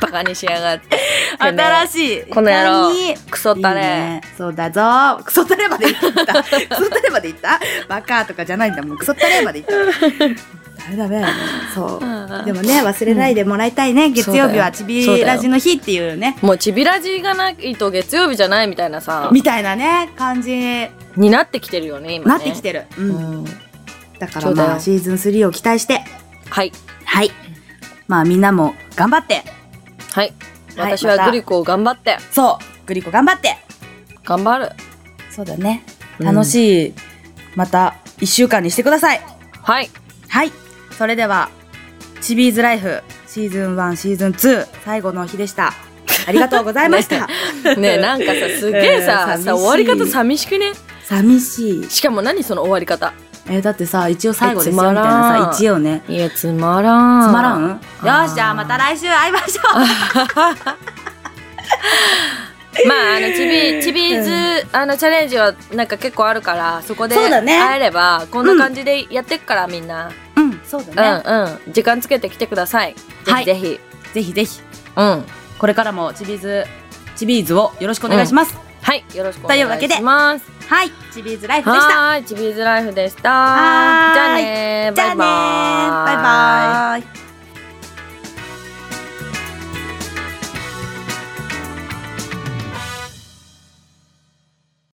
S2: バカにしやがって
S1: 新
S2: し
S1: しい
S2: この野郎
S1: いかに
S2: クソったれ
S1: いいねそうだぞクソったれまで言ったクソったれまで言ったバカとかじゃないんだもんクソったれまで言ったダメダメそうでもね忘れないでもらいたいね、月曜日はちびラジの日っていうね
S2: もうちびらじがないと月曜日じゃないみたいなさ
S1: みたいなね感じに
S2: になってきてるよね今
S1: な
S2: ね
S1: ってきてる、う
S2: うんん
S1: だか
S2: そ
S1: ら
S2: うだよ
S1: まあシーズン3を期待して
S2: はい
S1: はいまあみんなも頑張って
S2: はい
S1: はい
S2: 私は
S1: また
S2: グリコを頑張って
S1: そうグリコ頑張って
S2: 頑張る
S1: そうだね
S2: うん
S1: 楽しい、また1週間にしてください
S2: はい
S1: はいそれでは「チビーズライフ」シーズン1シーズン2最後の日でしたありがとうございました、
S2: ねえなんかさすげえさ,、
S1: うん寂しい
S2: さ終わり方寂しくね
S1: 寂しい
S2: しかも何その終わり方
S1: えーだってさ一応最後ですよ
S2: えつま
S1: み
S2: ら
S1: た
S2: ん
S1: いなさ一応ね
S2: いやつまらん
S1: つまらんよ
S2: ー
S1: しじゃあまた来週会いましょう
S2: まああのチビチビーズ、あのチャレンジはなんか結構あるからそこで
S1: そうだね
S2: 会えれば、こんな感じでやってくから、みんな、
S1: うんそうだね、
S2: うんうん時間つけてきてください
S1: はい
S2: ぜひぜひ
S1: ぜひぜひ
S2: うん
S1: これからもチビーズチビーズをよろしくお願いします、
S2: はいよろしくお
S1: というわ
S2: 願い
S1: けで
S2: します
S1: はいチビーズライフでした
S2: はーいチビーズライフでした
S1: はーい
S2: じゃあねー
S1: じゃあね
S2: バイバーイ
S1: バイバーイ